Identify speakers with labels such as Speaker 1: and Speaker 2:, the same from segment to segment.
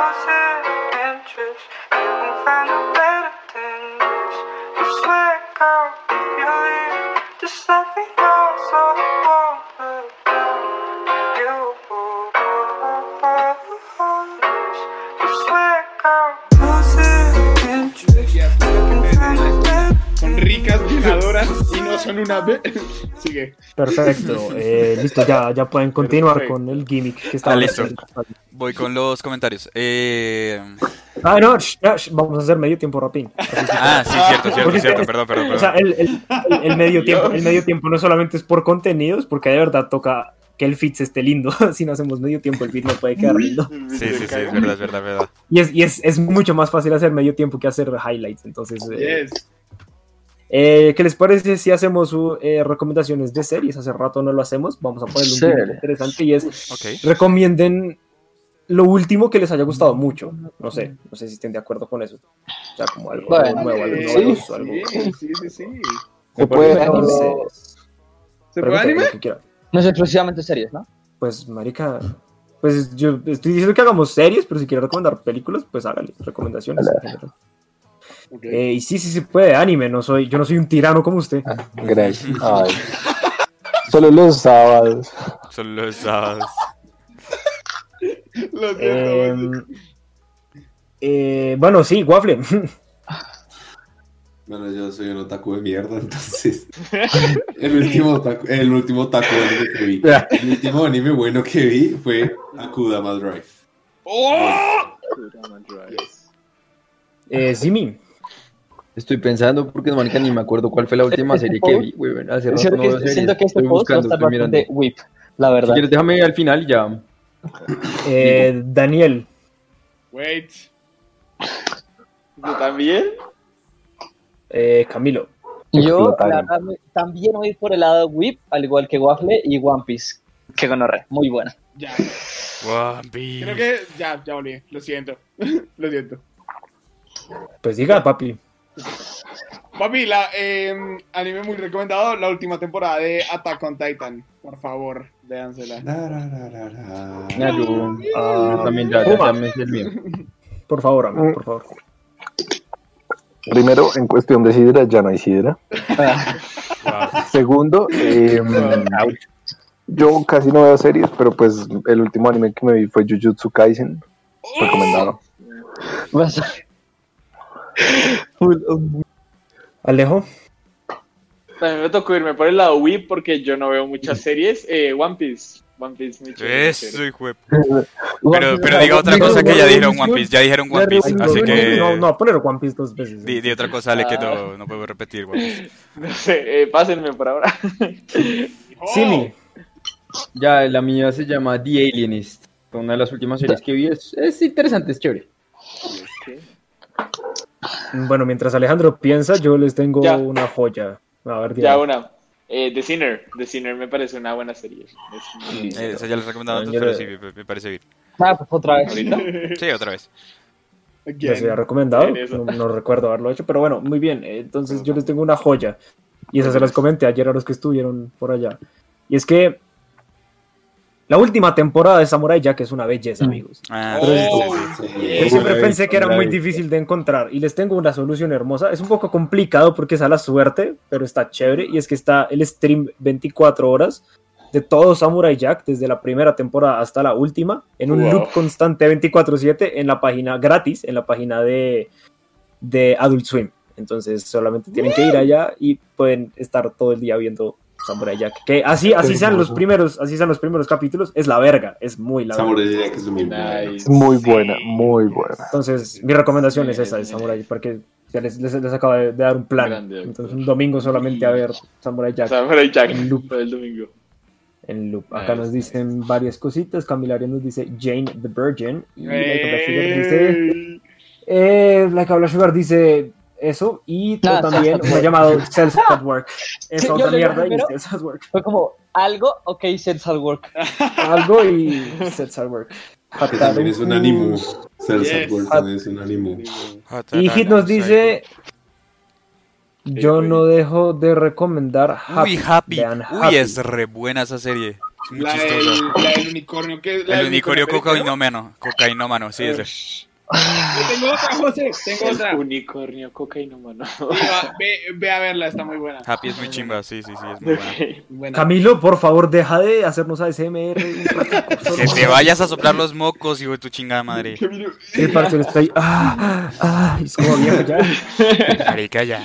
Speaker 1: Losing interest, you can find a better than this. You swear, girl, if you leave, just let me know so I won't look down. You, you swear, girl, losing interest, you can find a better
Speaker 2: Son
Speaker 1: than
Speaker 2: ricas, llenadoras y no son una. be- Sigue.
Speaker 3: Perfecto. eh, listo, ya, ya pueden continuar
Speaker 2: Perfecto.
Speaker 3: con el gimmick que está.
Speaker 4: Ah, listo. Voy con los comentarios. Eh,
Speaker 3: Ah, no, sh- no, sh- vamos a hacer medio tiempo rapín. Así sí.
Speaker 4: Ah, sí, cierto, cierto, cierto. Perdón, perdón,
Speaker 3: O sea,
Speaker 4: perdón.
Speaker 3: el, el- el- el medio tiempo, el medio tiempo no solamente es por contenidos, porque de verdad toca que el feed esté lindo. si no hacemos medio tiempo, el feed no puede quedar lindo.
Speaker 4: Sí, sí, sí, es verdad, es verdad, es verdad.
Speaker 3: Y es, y es, es mucho más fácil hacer medio tiempo que hacer highlights. Entonces, eh,
Speaker 2: Yes.
Speaker 3: eh, ¿qué les parece si hacemos uh, eh, recomendaciones de series? Hace rato no lo hacemos. Vamos a ponerle un
Speaker 5: Series.
Speaker 3: título interesante y es
Speaker 4: Ok.
Speaker 3: recomienden lo último que les haya gustado mucho. No sé, no sé si estén de acuerdo con eso. O sea, como algo,
Speaker 5: Bueno,
Speaker 3: nuevo, algo
Speaker 2: Eh,
Speaker 3: novedoso,
Speaker 2: sí,
Speaker 3: algo.
Speaker 2: sí, sí, sí.
Speaker 5: Se puede dar-
Speaker 3: Entonces,
Speaker 2: ¿Se puede
Speaker 3: pregunta
Speaker 2: anime?
Speaker 3: lo que quieran.
Speaker 5: No es exclusivamente series, ¿no?
Speaker 3: Pues, marica, pues yo estoy diciendo que hagamos series, pero si quiere recomendar películas, pues hágale recomendaciones. en general.
Speaker 2: Ok.
Speaker 3: Eh, y sí, sí se puede, anime, no soy, yo no soy un tirano como usted.
Speaker 5: Ah, Gracias. Ay. Solo los sábados.
Speaker 4: Son los sábados.
Speaker 2: Lo siento,
Speaker 3: Eh,
Speaker 2: man.
Speaker 3: eh, bueno, sí, Waffle.
Speaker 6: Bueno, yo soy un otaku de mierda, entonces. El último otaku, el último otaku anime que vi. El último anime bueno que vi fue Akudama Drive.
Speaker 2: ¡Oh!
Speaker 3: Eh, Simi.
Speaker 7: Estoy pensando porque no marica, ni me acuerdo cuál fue la última serie que vi, güey. Hace rato
Speaker 5: este Siento
Speaker 7: no veo
Speaker 5: que, siento
Speaker 7: series.
Speaker 5: que este
Speaker 7: Estoy
Speaker 5: post va a
Speaker 7: buscando,
Speaker 5: estar
Speaker 7: estoy mirando.
Speaker 5: bastante whip, la
Speaker 7: Si
Speaker 5: verdad.
Speaker 7: quieres, déjame al final y ya.
Speaker 3: Eh, Daniel.
Speaker 2: Wait.
Speaker 8: ¿Yo también?
Speaker 3: Eh, Camilo.
Speaker 5: Yo la
Speaker 7: Explotaron.
Speaker 5: verdad, me- también voy por el lado whip, al igual que Waffle y One Piece. Que gonorre, muy buena.
Speaker 2: Ya.
Speaker 4: One
Speaker 2: Creo
Speaker 4: Piece.
Speaker 2: que ya, ya volví. Lo siento. Lo siento.
Speaker 3: Pues diga, papi.
Speaker 2: Papi, la, eh, anime muy recomendado, la última temporada de Attack on Titan. Por favor, véansela.
Speaker 6: La, la, la, la, la.
Speaker 7: Ya, yo, yo
Speaker 3: Ah,
Speaker 7: también ya, ya,
Speaker 3: Puma,
Speaker 7: ya me hice el mío.
Speaker 3: por favor, amigo,
Speaker 2: Mm.
Speaker 3: por favor.
Speaker 5: Primero, en cuestión de sidra, ya no hay sidra.
Speaker 2: Ah.
Speaker 5: Segundo, em, yo casi no veo series, pero pues el último anime que me vi fue Jujutsu Kaisen. Recomendado.
Speaker 3: Alejo.
Speaker 8: A mí me tocó irme por el lado Wii porque yo no veo muchas series. Eh, One Piece. One Piece, muy chévere.
Speaker 4: Eso, hijo de- Pero, pero diga otra cosa que ya dijeron One Piece. Ya dijeron One Piece. Así que.
Speaker 3: No, Ah. no, poner One Piece dos veces. eh.
Speaker 4: Di, di otra cosa, Ale, que no, no puedo repetir, One Piece.
Speaker 8: No sé, eh, pásenme por ahora.
Speaker 2: ¡Oh!
Speaker 3: Simi.
Speaker 7: Ya, la mía se llama The Alienist. Fue Una de las últimas series que vi es, es interesante, es chévere.
Speaker 3: Bueno, mientras Alejandro piensa, yo les tengo
Speaker 8: Ya.
Speaker 3: una joya. A ver,
Speaker 8: ya
Speaker 3: Diana.
Speaker 8: una. Eh, The Sinner. The Sinner me parece una buena serie. Es muy-
Speaker 4: Eh, esa ya les he recomendado antes,
Speaker 7: Yo
Speaker 4: pero
Speaker 7: le-
Speaker 4: sí, me, me parece bien.
Speaker 5: Ah, pues otra vez.
Speaker 4: Sí, otra vez.
Speaker 3: Ya se había
Speaker 2: Again.
Speaker 3: recomendado,
Speaker 8: Bien, eso.
Speaker 3: no, no recuerdo haberlo hecho, pero bueno, muy bien. eh, Entonces yo les tengo una joya. Y esa se
Speaker 8: pues.
Speaker 3: las comenté ayer a los que estuvieron por allá. Y es que la última temporada de Samurai Jack es una belleza, amigos.
Speaker 4: Ah,
Speaker 2: Oh,
Speaker 4: sí, sí, sí.
Speaker 3: Yo siempre
Speaker 7: Samurai,
Speaker 3: pensé que era muy
Speaker 7: Samurai.
Speaker 3: difícil de encontrar y les tengo una solución hermosa. Es un poco complicado porque es a la suerte, pero está chévere. Y es que está el stream 24 horas de todo Samurai Jack, desde la primera temporada hasta la última, en un
Speaker 2: Wow.
Speaker 3: loop constante 24-7 en la página gratis, en la página de, de Adult Swim. Entonces solamente tienen que ir allá y pueden estar todo el día viendo Samurai Jack. Que así, así sean los primeros, así sean los primeros capítulos, es la verga, es muy la verga.
Speaker 6: Samurai Jack es lo mismo.
Speaker 8: Nice.
Speaker 5: Muy buena, muy buena.
Speaker 3: Entonces, mi recomendación es
Speaker 8: Sí,
Speaker 3: esa de
Speaker 8: sí.
Speaker 3: Samurai, porque ya les, les, les acabo de, de dar un plan.
Speaker 8: Grande,
Speaker 3: Entonces,
Speaker 8: doctor.
Speaker 3: un domingo solamente a ver Samurai Jack
Speaker 8: Samurai Jack.
Speaker 3: En loop.
Speaker 8: Todo el domingo.
Speaker 3: en loop. Acá
Speaker 8: Nice.
Speaker 3: nos dicen varias cositas. Camilario nos dice Jane the Virgin. Y Laika Black Sugar dice.
Speaker 2: Ey.
Speaker 3: Eh, Black Black Sugar dice eso. Y tú
Speaker 5: Ah,
Speaker 3: también
Speaker 5: Cells at
Speaker 3: me ha
Speaker 5: Work.
Speaker 3: llamado Cells at Work. Es
Speaker 5: yo
Speaker 3: otra
Speaker 5: leí
Speaker 3: mierda y
Speaker 5: primero.
Speaker 3: Cells at Work.
Speaker 5: Fue como algo, ok, sets al work.
Speaker 3: Algo y Cells at Work.
Speaker 6: Que también es un ánimo. Cells at
Speaker 2: Yes.
Speaker 6: Work también es un ánimo.
Speaker 3: Y Hit nos dice. Yo
Speaker 8: güey.
Speaker 3: no dejo de recomendar
Speaker 4: Uy, Happy.
Speaker 3: Vean
Speaker 4: Uy, es re buena esa serie. Muy
Speaker 2: La del,
Speaker 4: chistoso.
Speaker 2: la del unicornio que la
Speaker 4: El
Speaker 2: del
Speaker 4: unicornio
Speaker 2: americano.
Speaker 4: cocainómano. Cocainómano, sí, ese.
Speaker 2: Yo Tengo otra, José. Tengo
Speaker 8: El
Speaker 2: otra.
Speaker 8: unicornio cocaína, mano.
Speaker 2: Ve, ve- ve a verla, está muy buena.
Speaker 4: Happy es muy chimba, sí, sí, sí, es muy bueno.
Speaker 8: Ok.
Speaker 2: Buena.
Speaker 3: Camilo, por favor, deja de hacernos ASMR. un ratico, solo.
Speaker 4: Que te vayas a soplar los mocos, hijo de tu chingada madre.
Speaker 2: Camilo,
Speaker 3: El parche está ahí. Ah, ah, es como viejo ya.
Speaker 4: Marica, ya.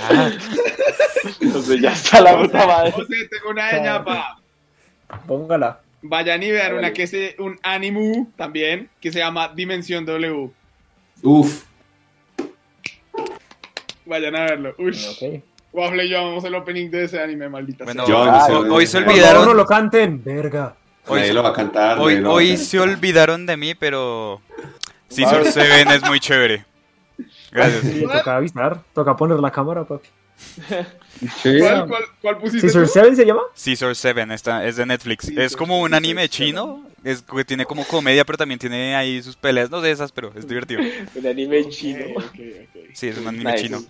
Speaker 8: Entonces ya está la puta madre.
Speaker 2: José, tengo una de ñapa.
Speaker 3: Póngala.
Speaker 2: Vayan y vean una que es un animu también, que se llama Dimensión W.
Speaker 6: Uf,
Speaker 2: Vayan a verlo. Uy,
Speaker 3: Ok.
Speaker 2: Waffle y yo amamos el opening de ese anime, maldita
Speaker 4: Bueno,
Speaker 2: sea.
Speaker 6: Yo no sé,
Speaker 4: hoy- hoy se
Speaker 6: no sé.
Speaker 3: Por favor, no
Speaker 4: olvidaron.
Speaker 3: lo canten. Verga.
Speaker 6: nadie lo va a cantar. nadie
Speaker 4: Hoy,
Speaker 6: lo va a
Speaker 4: hoy
Speaker 6: cantar.
Speaker 4: se olvidaron de mí, pero. Scissor Seven es muy chévere. Gracias.
Speaker 3: Sí, toca avisar. Toca poner la cámara, papi.
Speaker 2: ¿Cuál, cuál, cuál pusiste
Speaker 3: Scissor
Speaker 2: tú?
Speaker 3: 7 se llama?
Speaker 4: Scissor Seven está, es de Netflix. es
Speaker 2: Scissor
Speaker 4: como un
Speaker 2: Seven.
Speaker 4: anime chino. Es que tiene como comedia, pero también tiene ahí sus peleas. No de esas, pero es divertido.
Speaker 8: El anime chino.
Speaker 2: Ok, ok, ok.
Speaker 4: Sí, es un anime
Speaker 8: Nice.
Speaker 4: chino.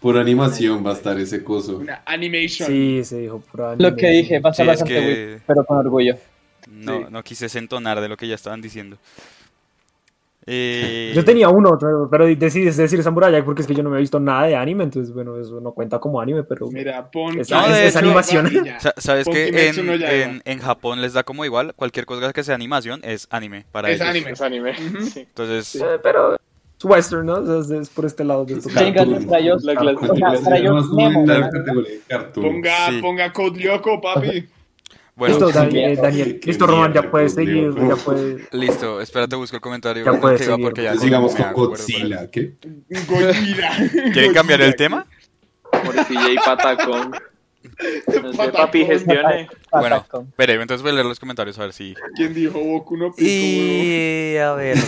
Speaker 6: Por animación va a estar ese coso.
Speaker 2: Una animation.
Speaker 3: Sí, se dijo pura anime.
Speaker 7: Lo que dije, va a
Speaker 4: Sí,
Speaker 7: estar
Speaker 4: es
Speaker 7: bastante
Speaker 4: que.
Speaker 7: pero con orgullo.
Speaker 4: No, no quise entonar de lo que ya estaban diciendo. Eh,
Speaker 3: Yo tenía uno, pero- pero decidí decir Samurai Jack porque es que yo no me he visto nada de anime, entonces bueno, eso no cuenta como anime, pero
Speaker 2: Mira, pon.
Speaker 3: Esa-
Speaker 4: No, de esa
Speaker 3: animación.
Speaker 4: Sa- ¿Sabes
Speaker 2: Con
Speaker 4: que
Speaker 2: Kimetsu
Speaker 4: en,
Speaker 2: no Yaiba.
Speaker 4: en- en Japón les da como igual? Cualquier cosa que sea animación es anime para
Speaker 2: Es
Speaker 4: ellos.
Speaker 2: anime.
Speaker 8: Es anime.
Speaker 2: Ujú.
Speaker 8: Sí.
Speaker 4: Entonces,
Speaker 3: Eh, pero es western, ¿no? O sea, es por este lado de esto.
Speaker 6: Cartoon.
Speaker 7: Venga, rayos.
Speaker 5: Ah,
Speaker 8: La
Speaker 4: Pues,
Speaker 8: clase-
Speaker 6: Pues,
Speaker 5: pues,
Speaker 7: O sea, rayos Nemo,
Speaker 6: Tal
Speaker 7: ¿verdad?
Speaker 6: categoría de cartoon.
Speaker 2: Ponga,
Speaker 4: Sí.
Speaker 2: ponga Code Lyoko, papi.
Speaker 4: bueno,
Speaker 3: listo, Dan-
Speaker 7: mierda.
Speaker 3: eh, Daniel.
Speaker 6: Qué
Speaker 3: Listo, Roman, ya
Speaker 6: mierda,
Speaker 3: puedes
Speaker 6: Dios
Speaker 3: seguir.
Speaker 6: mío.
Speaker 3: Ya puedes.
Speaker 4: listo, espérate, busco el comentario.
Speaker 3: Ya
Speaker 4: que
Speaker 3: puedes
Speaker 4: iba
Speaker 3: seguir.
Speaker 4: porque ya
Speaker 6: Entonces sigamos
Speaker 4: me
Speaker 6: con
Speaker 4: acuerdo,
Speaker 6: Godzilla, ¿qué?
Speaker 2: Godzilla.
Speaker 4: pero- ¿Quieren cambiar el
Speaker 2: Godzilla.
Speaker 4: tema?
Speaker 8: Morcilla y patacón. No sé, papi, gestione.
Speaker 4: Bueno,
Speaker 7: Patacón.
Speaker 4: pero entonces voy a leer los comentarios a ver si...
Speaker 2: ¿Quién dijo Boku no Pico, huevón?
Speaker 4: Y a ver...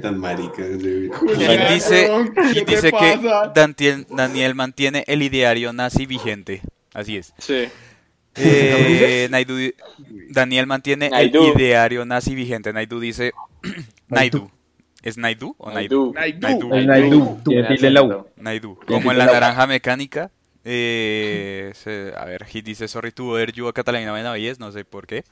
Speaker 6: Tan marica. ese-
Speaker 4: ¿Quién
Speaker 2: Julián,
Speaker 4: dice,
Speaker 2: huevón,
Speaker 4: quién
Speaker 2: ¿qué
Speaker 4: dice
Speaker 2: te
Speaker 4: que
Speaker 2: pasa?
Speaker 4: Dantiel- Daniel mantiene el ideario nazi vigente? Así es.
Speaker 8: Sí.
Speaker 4: Eh, Naidu- Daniel mantiene
Speaker 8: Naidu.
Speaker 4: el ideario nazi vigente. Naidu dice... Naidu. ¿Es Naidu o Naidu?
Speaker 8: Naidu.
Speaker 2: Naidu.
Speaker 4: Naidu.
Speaker 7: El Naidu, tiene tilde en la U.
Speaker 4: Naidu.
Speaker 7: Bien,
Speaker 4: Como en
Speaker 7: sí,
Speaker 4: la
Speaker 7: claro.
Speaker 4: naranja mecánica. eh, se- a ver, Hit dice, sorry to ver you a Catalina Benavides, no sé por qué.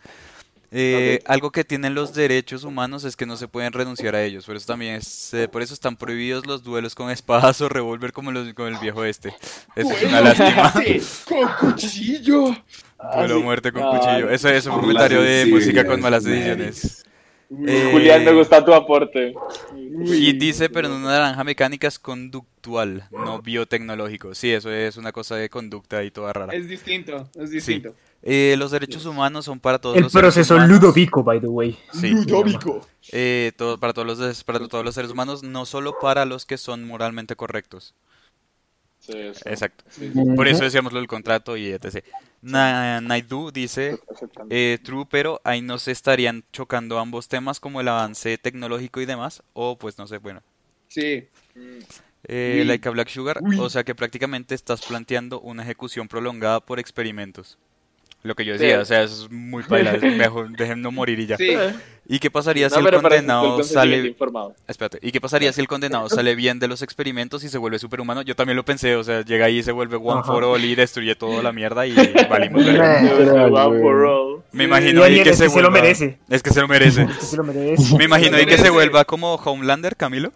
Speaker 4: Eh, Algo que tienen los derechos humanos es que no se pueden renunciar a ellos. Por eso también es, eh, por eso están prohibidos los duelos con espadas o revólver como los con el viejo este. Eso es una
Speaker 2: Duelo
Speaker 4: lástima.
Speaker 2: de- Con cuchillo.
Speaker 4: Duelo a muerte con cuchillo. Eso, eso fue un
Speaker 6: Por las
Speaker 4: comentario de música con
Speaker 6: sensibilidades
Speaker 4: malas
Speaker 6: humanas.
Speaker 4: decisiones. Eh,
Speaker 8: Julián, me gusta tu aporte.
Speaker 4: Y dice, pero en una naranja mecánica es conductual, no biotecnológico. Sí, eso es una cosa de conducta y toda rara.
Speaker 2: Es distinto, es distinto.
Speaker 4: Eh, los derechos humanos son para todos
Speaker 3: El
Speaker 4: los seres
Speaker 3: proceso
Speaker 4: humanos.
Speaker 3: Ludovico, by the way.
Speaker 4: Sí.
Speaker 2: Ludovico.
Speaker 4: Eh, todo- para, todos los, para todos los seres humanos, no solo para los que son moralmente correctos.
Speaker 8: Sí, eso.
Speaker 4: Exacto. Por eso decíamos lo del contrato y etc. Na- Naidu dice,
Speaker 8: Aceptando.
Speaker 4: eh, true, pero ahí no se estarían chocando ambos temas como el avance tecnológico y demás. O pues no sé, bueno.
Speaker 2: Sí.
Speaker 4: Eh,
Speaker 2: Uy.
Speaker 4: Like a Black Sugar,
Speaker 2: Uy.
Speaker 4: o sea que prácticamente estás planteando una ejecución prolongada por experimentos. Lo que yo
Speaker 8: Sí.
Speaker 4: decía, o sea, eso es muy paila, es mejor déjenlo morir y ya.
Speaker 2: Sí.
Speaker 4: ¿Y qué pasaría si
Speaker 8: No,
Speaker 4: el
Speaker 8: pero para que
Speaker 4: condenado
Speaker 8: entonces
Speaker 4: sale...
Speaker 8: llegue informado.
Speaker 4: Espérate, ¿y qué pasaría si el condenado sale bien de los experimentos y se vuelve superhumano? Yo también lo pensé, o sea, llega ahí y se vuelve one
Speaker 3: Ajá.
Speaker 4: for all y destruye toda la mierda y valimos verga.
Speaker 3: Eh,
Speaker 8: One for all.
Speaker 4: Me
Speaker 3: Y
Speaker 4: imagino
Speaker 3: Daniel,
Speaker 4: ahí que
Speaker 3: es
Speaker 4: se
Speaker 3: que se lo
Speaker 4: vuelva-
Speaker 3: merece.
Speaker 4: Es que se lo merece.
Speaker 3: Se lo merece.
Speaker 4: Me imagino ahí que se
Speaker 2: merece.
Speaker 4: vuelva como Homelander, Camilo.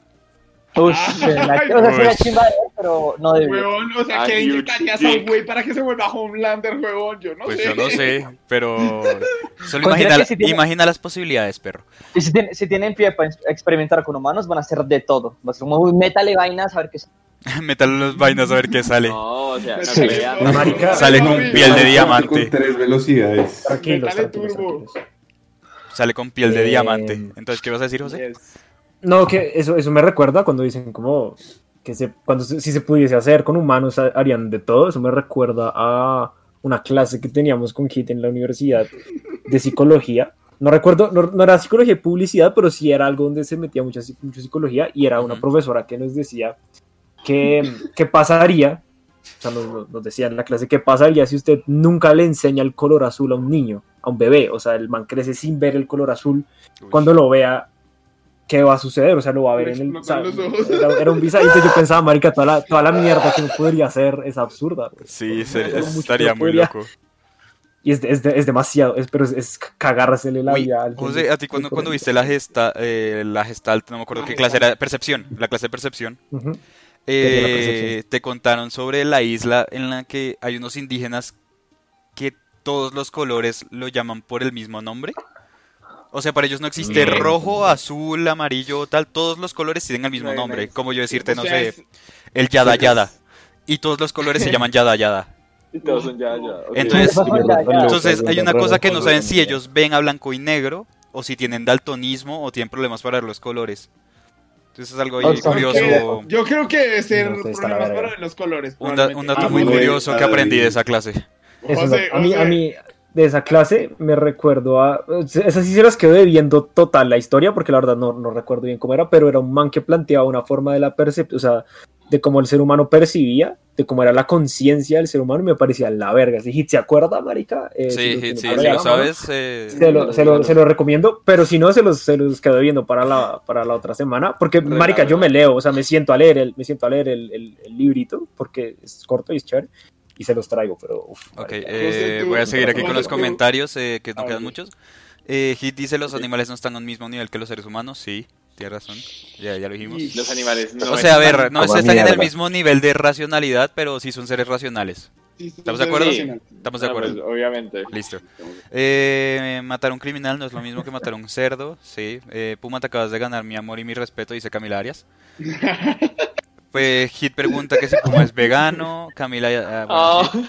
Speaker 7: Uy, la- o sea, sí la chimba es, pero no debió.
Speaker 2: Huevón, o sea,
Speaker 8: Ay,
Speaker 2: ¿qué
Speaker 8: you
Speaker 2: inyectarías a
Speaker 8: dick.
Speaker 2: un güey para que se vuelva Homelander, huevón? Yo no
Speaker 4: Pues
Speaker 2: sé.
Speaker 4: yo no sé, pero solo
Speaker 7: Considera
Speaker 4: imagina,
Speaker 7: que si tiene-
Speaker 4: imagina las posibilidades, perro.
Speaker 7: Y si, tienen- si tienen pie para experimentar con humanos, van a hacer de todo. Va a ser como, uy, métale vainas a ver qué es.
Speaker 4: Métale los vainas a ver qué sale.
Speaker 8: No, o sea,
Speaker 2: Sí.
Speaker 8: no crean.
Speaker 6: Una
Speaker 3: marica.
Speaker 4: Sale con
Speaker 2: Papi,
Speaker 4: piel de
Speaker 2: papi,
Speaker 4: diamante.
Speaker 6: Con tres velocidades.
Speaker 3: Tranquilos,
Speaker 2: Métale
Speaker 3: tranquilos,
Speaker 2: turbo.
Speaker 3: tranquilos.
Speaker 4: Sale con piel de
Speaker 3: Eh,
Speaker 4: diamante. Entonces, ¿qué vas a decir, José?
Speaker 2: Yes.
Speaker 3: No, que eso, eso me recuerda cuando dicen como que se, cuando se- si se pudiese hacer con humanos ha- harían de todo. Eso me recuerda a una clase que teníamos con Kit en la universidad de psicología. No recuerdo, no, no era psicología y publicidad, pero sí era algo donde se metía mucha, psi- mucha psicología y era una
Speaker 4: Ujú.
Speaker 3: profesora que nos decía que, que pasaría, o sea, nos- nos, nos decía en la clase que pasaría si usted nunca le enseña el color azul a un niño, a un bebé. O sea, el man crece sin ver el color azul
Speaker 4: Uy.
Speaker 3: cuando lo vea, ¿qué va a suceder? O sea, lo va a
Speaker 2: pues. Le
Speaker 3: ver en el. o sea,
Speaker 2: explotan los ojos.
Speaker 3: era, era un visa. Y entonces yo pensaba, marica, toda la, toda la mierda que me podría hacer es absurda. güey.
Speaker 4: Sí,
Speaker 3: Todo
Speaker 4: sería-
Speaker 3: mucho que
Speaker 4: estaría
Speaker 3: no
Speaker 4: muy
Speaker 3: podría-
Speaker 4: loco.
Speaker 3: Y es, de- es de- es demasiado, es, pero es, es cagársele la
Speaker 4: Uy,
Speaker 3: vida. al
Speaker 4: José,
Speaker 3: genio.
Speaker 4: ¿a ti cuando,
Speaker 3: Muy
Speaker 4: cuando
Speaker 3: correcto.
Speaker 4: viste la gesta, eh, la gestalt, no me acuerdo
Speaker 2: La
Speaker 4: qué clase era, percepción, la clase de percepción,
Speaker 3: Ujú.
Speaker 4: eh,
Speaker 3: la percepción.
Speaker 4: te contaron sobre la isla en la que hay unos indígenas que todos los colores lo llaman por el mismo nombre? O sea, para ellos no existe
Speaker 7: Mm.
Speaker 4: rojo, azul, amarillo, tal, todos los colores tienen el mismo
Speaker 8: Very
Speaker 4: nombre,
Speaker 8: nice.
Speaker 4: como yo decirte, no
Speaker 2: O sea,
Speaker 4: sé,
Speaker 2: es-
Speaker 4: el yada yada, y todos los colores se llaman yada yada.
Speaker 8: Y todos son ya, ya. ok.
Speaker 4: Entonces- Entonces
Speaker 3: Pregunta
Speaker 4: hay una
Speaker 3: rara,
Speaker 4: cosa que no
Speaker 3: Pablo,
Speaker 4: saben
Speaker 3: ¿no?
Speaker 4: si ellos ven a blanco y negro o si tienen daltonismo o tienen problemas para ver los colores. Entonces es algo ahí
Speaker 5: Ah, está
Speaker 2: Porque
Speaker 4: curioso,
Speaker 2: Yo creo que debe ser
Speaker 3: No sé, está la
Speaker 2: problemas
Speaker 3: verga.
Speaker 2: para los colores.
Speaker 4: un, da- un dato muy
Speaker 6: Ah, muy
Speaker 4: curioso que
Speaker 6: bien.
Speaker 4: aprendí de esa clase.
Speaker 3: Eso es
Speaker 2: José,
Speaker 3: verdad. a, mí,
Speaker 2: José.
Speaker 3: a mí, de esa clase, me recuerdo a. Esas sí se las quedo debiendo total la historia, porque la verdad no, no recuerdo bien cómo era, pero era un man que planteaba una forma de la percepción, o sea, de cómo el ser humano percibía, de cómo era la conciencia del ser humano, y me parecía la verga. Si Hit se acuerda, marica. Eh, si
Speaker 4: Sí,
Speaker 3: lo
Speaker 4: Hit,
Speaker 3: tiene
Speaker 4: sí,
Speaker 3: por
Speaker 4: si
Speaker 3: ahí a la
Speaker 4: lo
Speaker 3: mano,
Speaker 4: sabes, eh,
Speaker 3: Se lo, se, lo, se lo recomiendo, pero si no, se los, se los quedo viendo para la, para la otra semana, porque,
Speaker 8: Re,
Speaker 3: marica,
Speaker 8: la
Speaker 3: yo me
Speaker 8: verdad.
Speaker 3: leo, o sea, me siento a leer el, me siento a leer el, el- el librito, porque es corto y es chévere, y se los traigo, pero uf,
Speaker 4: Ok,
Speaker 3: marica.
Speaker 4: eh,
Speaker 2: tú-
Speaker 4: voy a seguir aquí
Speaker 2: José,
Speaker 4: con los
Speaker 2: tú-
Speaker 4: comentarios, eh, que no
Speaker 2: Ah,
Speaker 4: quedan
Speaker 2: ok.
Speaker 4: muchos. Eh, Hit dice, los animales no están al mismo nivel que los seres humanos. Sí, tiene razón, ya, ya lo dijimos.
Speaker 2: Y-
Speaker 8: Los animales no.
Speaker 4: O sea, a
Speaker 8: están-
Speaker 4: ver, no
Speaker 5: como
Speaker 4: están en el
Speaker 5: mierda.
Speaker 4: mismo nivel de racionalidad, pero sí son seres racionales.
Speaker 2: Sí, sí,
Speaker 4: ¿Estamos
Speaker 2: sí,
Speaker 4: de acuerdo?
Speaker 2: sí.
Speaker 4: ¿Estamos de
Speaker 8: Ah,
Speaker 4: acuerdo?
Speaker 8: pues, obviamente.
Speaker 4: Listo. Eh, matar a un criminal no es lo mismo que matar a un cerdo, sí. Eh, Puma, te acabas de ganar mi amor y mi respeto, dice Camila Arias. Pues Hit pregunta que si Puma es vegano, Camila... ah, bueno,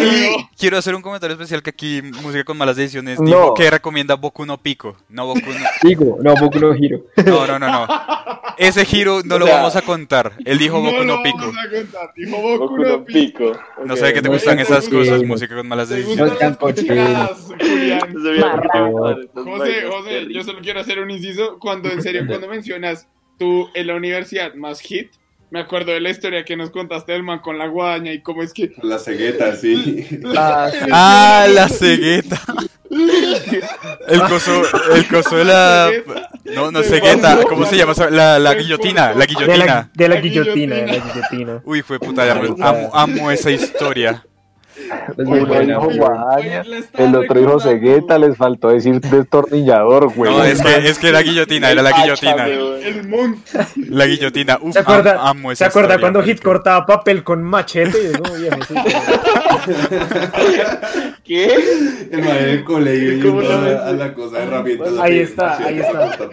Speaker 4: sí.
Speaker 8: Ah.
Speaker 4: Y quiero hacer un comentario especial que aquí Música con Malas Decisiones
Speaker 5: No.
Speaker 4: dijo que recomienda Boku no Pico, no Boku no...
Speaker 7: Digo, no, Boku no giro.
Speaker 4: No, no, no, no. Ese giro no
Speaker 8: O
Speaker 4: lo
Speaker 8: sea,
Speaker 4: vamos a contar. Él dijo
Speaker 2: No
Speaker 4: Boku
Speaker 2: lo
Speaker 4: no Pico.
Speaker 2: vamos a contar, Dijo Boku
Speaker 8: Boku
Speaker 2: no
Speaker 8: no
Speaker 2: pico.
Speaker 8: pico.
Speaker 4: No sé qué te
Speaker 2: no,
Speaker 4: gustan
Speaker 2: no,
Speaker 4: esas
Speaker 2: no,
Speaker 4: cosas,
Speaker 7: no.
Speaker 4: Música con Malas
Speaker 2: Te
Speaker 4: Decisiones.
Speaker 2: gustan las
Speaker 7: Los
Speaker 2: cochinadas, Julián. José,
Speaker 8: José,
Speaker 2: José, yo solo quiero hacer un inciso. Cuando, en serio, cuando mencionas tú en la universidad más hit, me acuerdo de la historia que nos contaste del man con la guadaña y cómo es que.
Speaker 6: La cegueta, sí.
Speaker 4: Ah, la cegueta. El coso, el coso de la.
Speaker 2: Cegueta.
Speaker 4: Ah. No, no es cegueta. ¿Cómo se llama? esa- La, la guillotina. La
Speaker 3: De la,
Speaker 4: guillotina.
Speaker 3: de la
Speaker 2: La
Speaker 3: guillotina, de la
Speaker 2: guillotina.
Speaker 3: guillotina.
Speaker 4: Uy, fue puta. Amo, amo- amo esa historia.
Speaker 7: Es muy
Speaker 5: Uno
Speaker 7: buena.
Speaker 5: dijo
Speaker 7: güey.
Speaker 5: guadaña,
Speaker 2: Oye, la estaba
Speaker 5: el otro dijo
Speaker 2: recordando.
Speaker 5: cegueta, les faltó decir destornillador, güey.
Speaker 4: No, es que, es que era guillotina, era la guillotina.
Speaker 2: El monte.
Speaker 4: La guillotina. Uf,
Speaker 3: ¿Se acuerda,
Speaker 4: am- amo
Speaker 3: ¿se
Speaker 4: esa
Speaker 3: acuerda
Speaker 4: historia,
Speaker 3: cuando Hit
Speaker 4: marica.
Speaker 3: cortaba papel con machete? No, viejo, sí, pero-
Speaker 8: ¿Qué?
Speaker 6: El man en el colegio
Speaker 3: ¿Cómo
Speaker 6: yendo a
Speaker 3: sabes?
Speaker 6: la, a la cosa de herramientas.
Speaker 3: Ahí está, ahí está.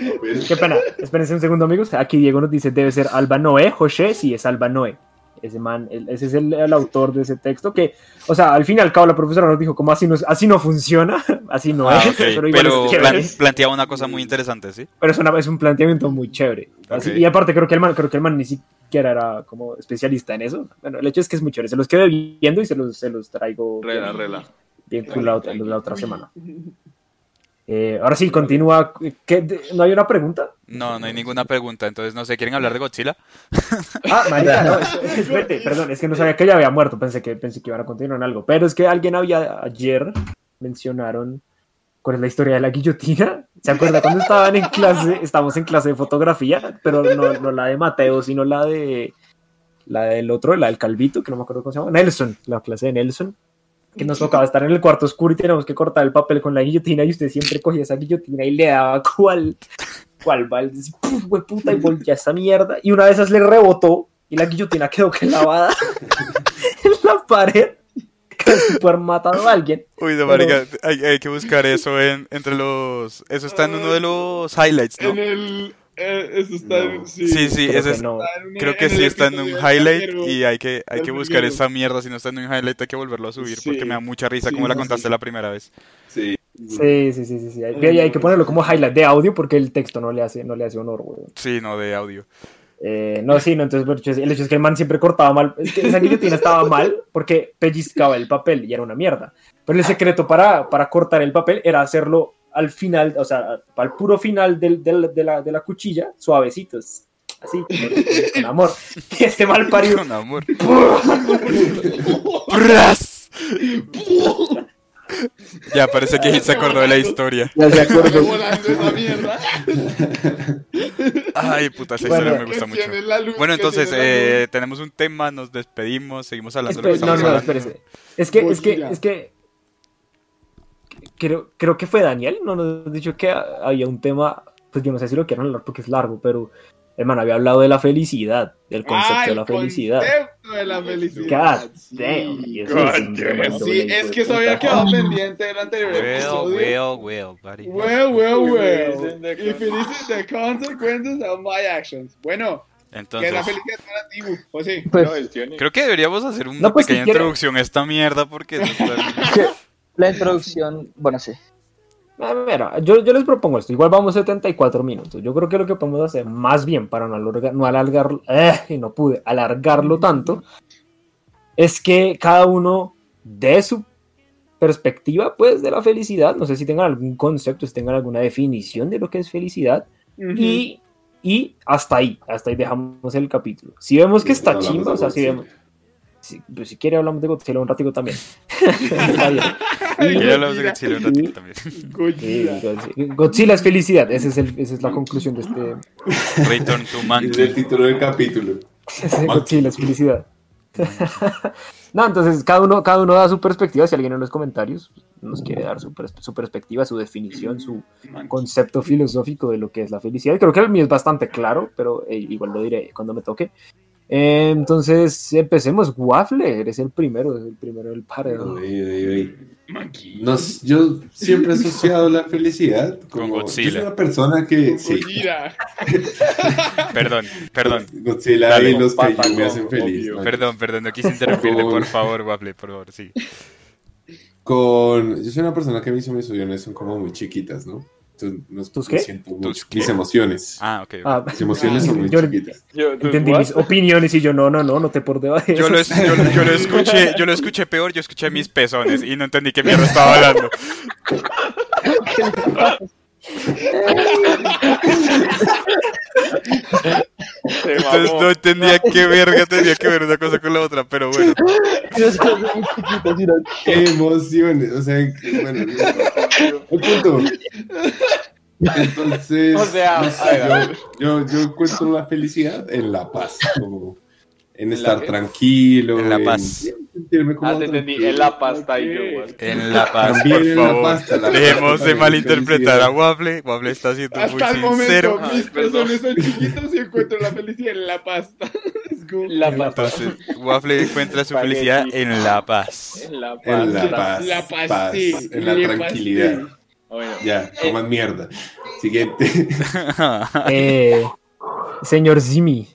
Speaker 3: Qué pena. Espérense un segundo, amigos. Aquí Diego nos dice, debe ser Alba Noé, José, sí, es Alba Noé. Ese man, el- ese es el, el autor de ese texto que, o sea, al fin y al cabo la profesora nos dijo, como así no, es- así no funciona, así no
Speaker 4: Ah,
Speaker 3: es,
Speaker 4: ok,
Speaker 3: pero igual
Speaker 4: Pero
Speaker 3: es chévere.
Speaker 4: plan- planteaba una cosa muy interesante, ¿sí?
Speaker 3: Pero es, una- es un planteamiento muy chévere. Así-
Speaker 6: Ok.
Speaker 3: Y aparte creo que el man, creo que el man ni siquiera era como especialista en eso. Bueno, el hecho es que es muy chévere. Se los quedo viendo y se los, se los traigo bien,
Speaker 8: Rela, rela.
Speaker 3: bien cool la, otra- la otra semana. Eh, ahora sí, continúa. ¿Qué- de- ¿No hay una pregunta?
Speaker 4: No, no hay ninguna pregunta. Entonces, no sé, ¿quieren hablar de Godzilla?
Speaker 3: Ah, marica, no, es- es- espérate, perdón, es que no sabía que ella había muerto, pensé que pensé que iban a continuar en algo, pero es que alguien había ayer mencionaron cuál es la historia de la guillotina. ¿Se acuerda cuando estaban en clase, estamos en clase de fotografía, pero no, no la de Mateo, sino la de la del otro, la del calvito, que no me acuerdo cómo se llama, Nelson, la clase de Nelson. Que nos tocaba estar en el cuarto oscuro y teníamos que cortar el papel con la guillotina y usted siempre cogía esa guillotina y le daba cual cual balde, así, puf, güey, puta, y voltea esa mierda. Y una de esas le rebotó y la guillotina quedó clavada en la pared. Casi por matado a alguien.
Speaker 4: Uy, no,
Speaker 3: Pero-
Speaker 4: marica, hay, hay que buscar eso en, entre los... Eso está en uno de los highlights, ¿no?
Speaker 2: En el. eh, eso está. en-
Speaker 6: No.
Speaker 2: Sí,
Speaker 4: Sí, sí,
Speaker 3: Creo
Speaker 4: eso
Speaker 3: que
Speaker 4: es-
Speaker 3: no.
Speaker 2: está en un-
Speaker 4: Creo que
Speaker 2: el
Speaker 4: sí está en un
Speaker 2: episodio de
Speaker 4: highlight
Speaker 2: Santiago.
Speaker 4: y hay que, hay
Speaker 2: del
Speaker 4: que buscar
Speaker 2: verguero.
Speaker 4: esa mierda. Si no está en un highlight, hay que volverlo a subir porque
Speaker 2: Sí.
Speaker 4: me da mucha risa
Speaker 2: Sí,
Speaker 4: como la
Speaker 2: sí,
Speaker 4: contaste
Speaker 2: sí.
Speaker 4: la primera vez.
Speaker 6: Sí.
Speaker 3: Sí, sí, sí, sí. sí. Hay, que- hay que ponerlo como highlight de audio porque el texto no le hace, no le hace honor, güey.
Speaker 4: Sí, no, de audio.
Speaker 3: Eh, no, sí, no, entonces bueno, el hecho es que el man siempre cortaba mal. Es que esa guillotina estaba mal porque pellizcaba el papel y era una mierda. Pero el secreto para, para cortar el papel era hacerlo al final, o sea, al puro final del, del- de, la, de la cuchilla, suavecitos. Así, con- con amor. Y este mal parido.
Speaker 4: Con amor. ¡Pras! ya, parece que Hit se acordó de la historia.
Speaker 7: Ya se
Speaker 2: Está
Speaker 7: acordó.
Speaker 2: volando esa mierda.
Speaker 4: Ay, puta, esa
Speaker 3: Bueno,
Speaker 4: historia me gusta
Speaker 2: Que
Speaker 4: mucho.
Speaker 2: tiene la luz,
Speaker 4: Bueno,
Speaker 2: que
Speaker 4: entonces,
Speaker 2: tiene la luz.
Speaker 4: eh, tenemos un tema, nos despedimos, seguimos hablando de lo que
Speaker 3: Espe-
Speaker 4: estamos
Speaker 3: no, no,
Speaker 4: hablando.
Speaker 3: espérese. Es que, es que,
Speaker 2: Boquilla.
Speaker 3: es que creo, creo que fue Daniel, no nos has dicho que ha- había un tema, pues yo no sé si lo quiero hablar porque es largo, pero hermano, había hablado de la felicidad, del concepto
Speaker 2: Ah,
Speaker 3: de la
Speaker 2: el
Speaker 3: felicidad.
Speaker 2: Concepto de la felicidad.
Speaker 3: God damn, y eso
Speaker 2: God
Speaker 3: es un tema
Speaker 2: damn.
Speaker 3: doble,
Speaker 2: Sí,
Speaker 3: hijo
Speaker 2: es
Speaker 3: de
Speaker 2: que eso había
Speaker 3: puta.
Speaker 2: quedado pendiente del anterior
Speaker 4: Well,
Speaker 2: episodio.
Speaker 4: well, well, buddy.
Speaker 2: Well, well, well.
Speaker 8: Within the
Speaker 2: If it is the consequences of my actions. Bueno, que
Speaker 4: Entonces,
Speaker 2: la felicidad para ti, José.
Speaker 9: pues,
Speaker 8: No, el Johnny.
Speaker 4: creo que deberíamos hacer una
Speaker 3: No, pues, si
Speaker 4: pequeña
Speaker 3: quiere-
Speaker 4: introducción a esta mierda porque no está-
Speaker 9: La introducción, bueno, sí.
Speaker 3: Ah, mira, yo, yo les propongo esto, igual vamos 74 minutos. Yo creo que lo que podemos hacer más bien para no, alargar, no alargarlo, eh, y no pude alargarlo tanto, es que cada uno de su perspectiva, pues, de la felicidad, no sé si tengan algún concepto, si tengan alguna definición de lo que es felicidad, y, y hasta ahí, hasta ahí dejamos el capítulo. Si vemos que está
Speaker 6: Hablamos
Speaker 3: chimba, o sea,
Speaker 6: de
Speaker 3: si vemos...
Speaker 6: Godzilla.
Speaker 3: Si, pues, si quiere hablamos de Godzilla un ratico también. Está bien.
Speaker 2: Ay,
Speaker 4: Quiero hablar de
Speaker 2: Godzilla.
Speaker 4: Godzilla un ratito también.
Speaker 3: Pues, Sí,
Speaker 2: Godzilla.
Speaker 3: Godzilla. Godzilla es felicidad, ese es el- esa es la conclusión de este.
Speaker 4: Return to
Speaker 6: Es el
Speaker 4: Monkey.
Speaker 6: título del capítulo.
Speaker 3: ese Godzilla es felicidad. no, entonces cada uno, cada uno da su perspectiva. Si alguien en los comentarios nos quiere dar su, pers- su perspectiva, su definición, su concepto filosófico de lo que es la felicidad. Creo que el mío es bastante claro, pero eh, igual lo diré cuando me toque. Eh, entonces empecemos. Waffle, eres el primero, eres el primero del paredón.
Speaker 6: Uy, uy, uy.
Speaker 2: Monkey.
Speaker 6: Nos- yo siempre he asociado la felicidad como,
Speaker 4: Godzilla.
Speaker 6: Yo soy una persona que. Sí,
Speaker 2: Godzilla.
Speaker 4: Perdón, perdón.
Speaker 6: Godzilla
Speaker 4: Dale,
Speaker 6: y los
Speaker 2: con
Speaker 6: Kaiju me
Speaker 2: Papago,
Speaker 6: hacen feliz.
Speaker 2: obvio.
Speaker 6: ¿no?
Speaker 4: Perdón, perdón, no quise interrumpirle,
Speaker 6: Uy.
Speaker 4: por favor, Waffle, por favor, sí.
Speaker 6: Con, yo soy una persona que mis emociones son como muy chiquitas, ¿no? Entonces, nos-
Speaker 3: ¿Tus
Speaker 6: me
Speaker 3: qué?
Speaker 6: siento
Speaker 4: ¿Tus
Speaker 6: mucho-
Speaker 4: qué?
Speaker 6: Mis emociones.
Speaker 4: Ah, ok. ok.
Speaker 3: Ah,
Speaker 6: Mis emociones son muy
Speaker 3: yo-
Speaker 6: chiquitas.
Speaker 8: Yo, dude,
Speaker 3: entendí
Speaker 8: what?
Speaker 3: mis opiniones y yo no, no, no, no te por debajo. de
Speaker 4: Yo
Speaker 3: eso.
Speaker 4: lo, es- yo, lo- yo lo escuché, yo lo escuché peor, yo escuché mis pezones y no entendí qué mierda estaba hablando.
Speaker 8: Se
Speaker 4: Entonces
Speaker 8: mamó.
Speaker 4: no entendía qué verga tenía que ver una cosa con la otra, pero bueno.
Speaker 6: Emociones. O sea, bueno, no. el punto. Entonces,
Speaker 8: O sea,
Speaker 6: no sé,
Speaker 8: a ver.
Speaker 6: yo, yo, yo encuentro la felicidad en la paz, como en
Speaker 8: la
Speaker 6: estar
Speaker 8: qué?
Speaker 6: tranquilo.
Speaker 4: En la paz.
Speaker 6: sentirme como
Speaker 8: Ah, te entendí.
Speaker 6: tranquilo.
Speaker 8: En la pasta y yo, what?
Speaker 4: En la paz,
Speaker 6: También
Speaker 4: por
Speaker 6: en la
Speaker 4: favor.
Speaker 6: pasta, la
Speaker 4: Dejemos
Speaker 6: pasta
Speaker 4: de
Speaker 6: también,
Speaker 4: malinterpretar
Speaker 6: felicidad.
Speaker 4: a Waffle. Waffle está siendo muy
Speaker 2: Hasta el
Speaker 4: sincero.
Speaker 2: momento,
Speaker 8: Ay,
Speaker 2: mis
Speaker 8: perdón.
Speaker 2: personas son chiquitos y encuentro la felicidad en la pasta. Es como-
Speaker 8: La pasta.
Speaker 4: Entonces, Waffle encuentra su felicidad en la paz.
Speaker 8: En la pasta.
Speaker 6: En la paz.
Speaker 2: La paz,
Speaker 6: paz,
Speaker 2: sí,
Speaker 6: en la
Speaker 2: le
Speaker 6: tranquilidad.
Speaker 2: pasé.
Speaker 8: Bueno,
Speaker 6: Ya, coman mierda. Siguiente.
Speaker 3: Eh, señor Zimi.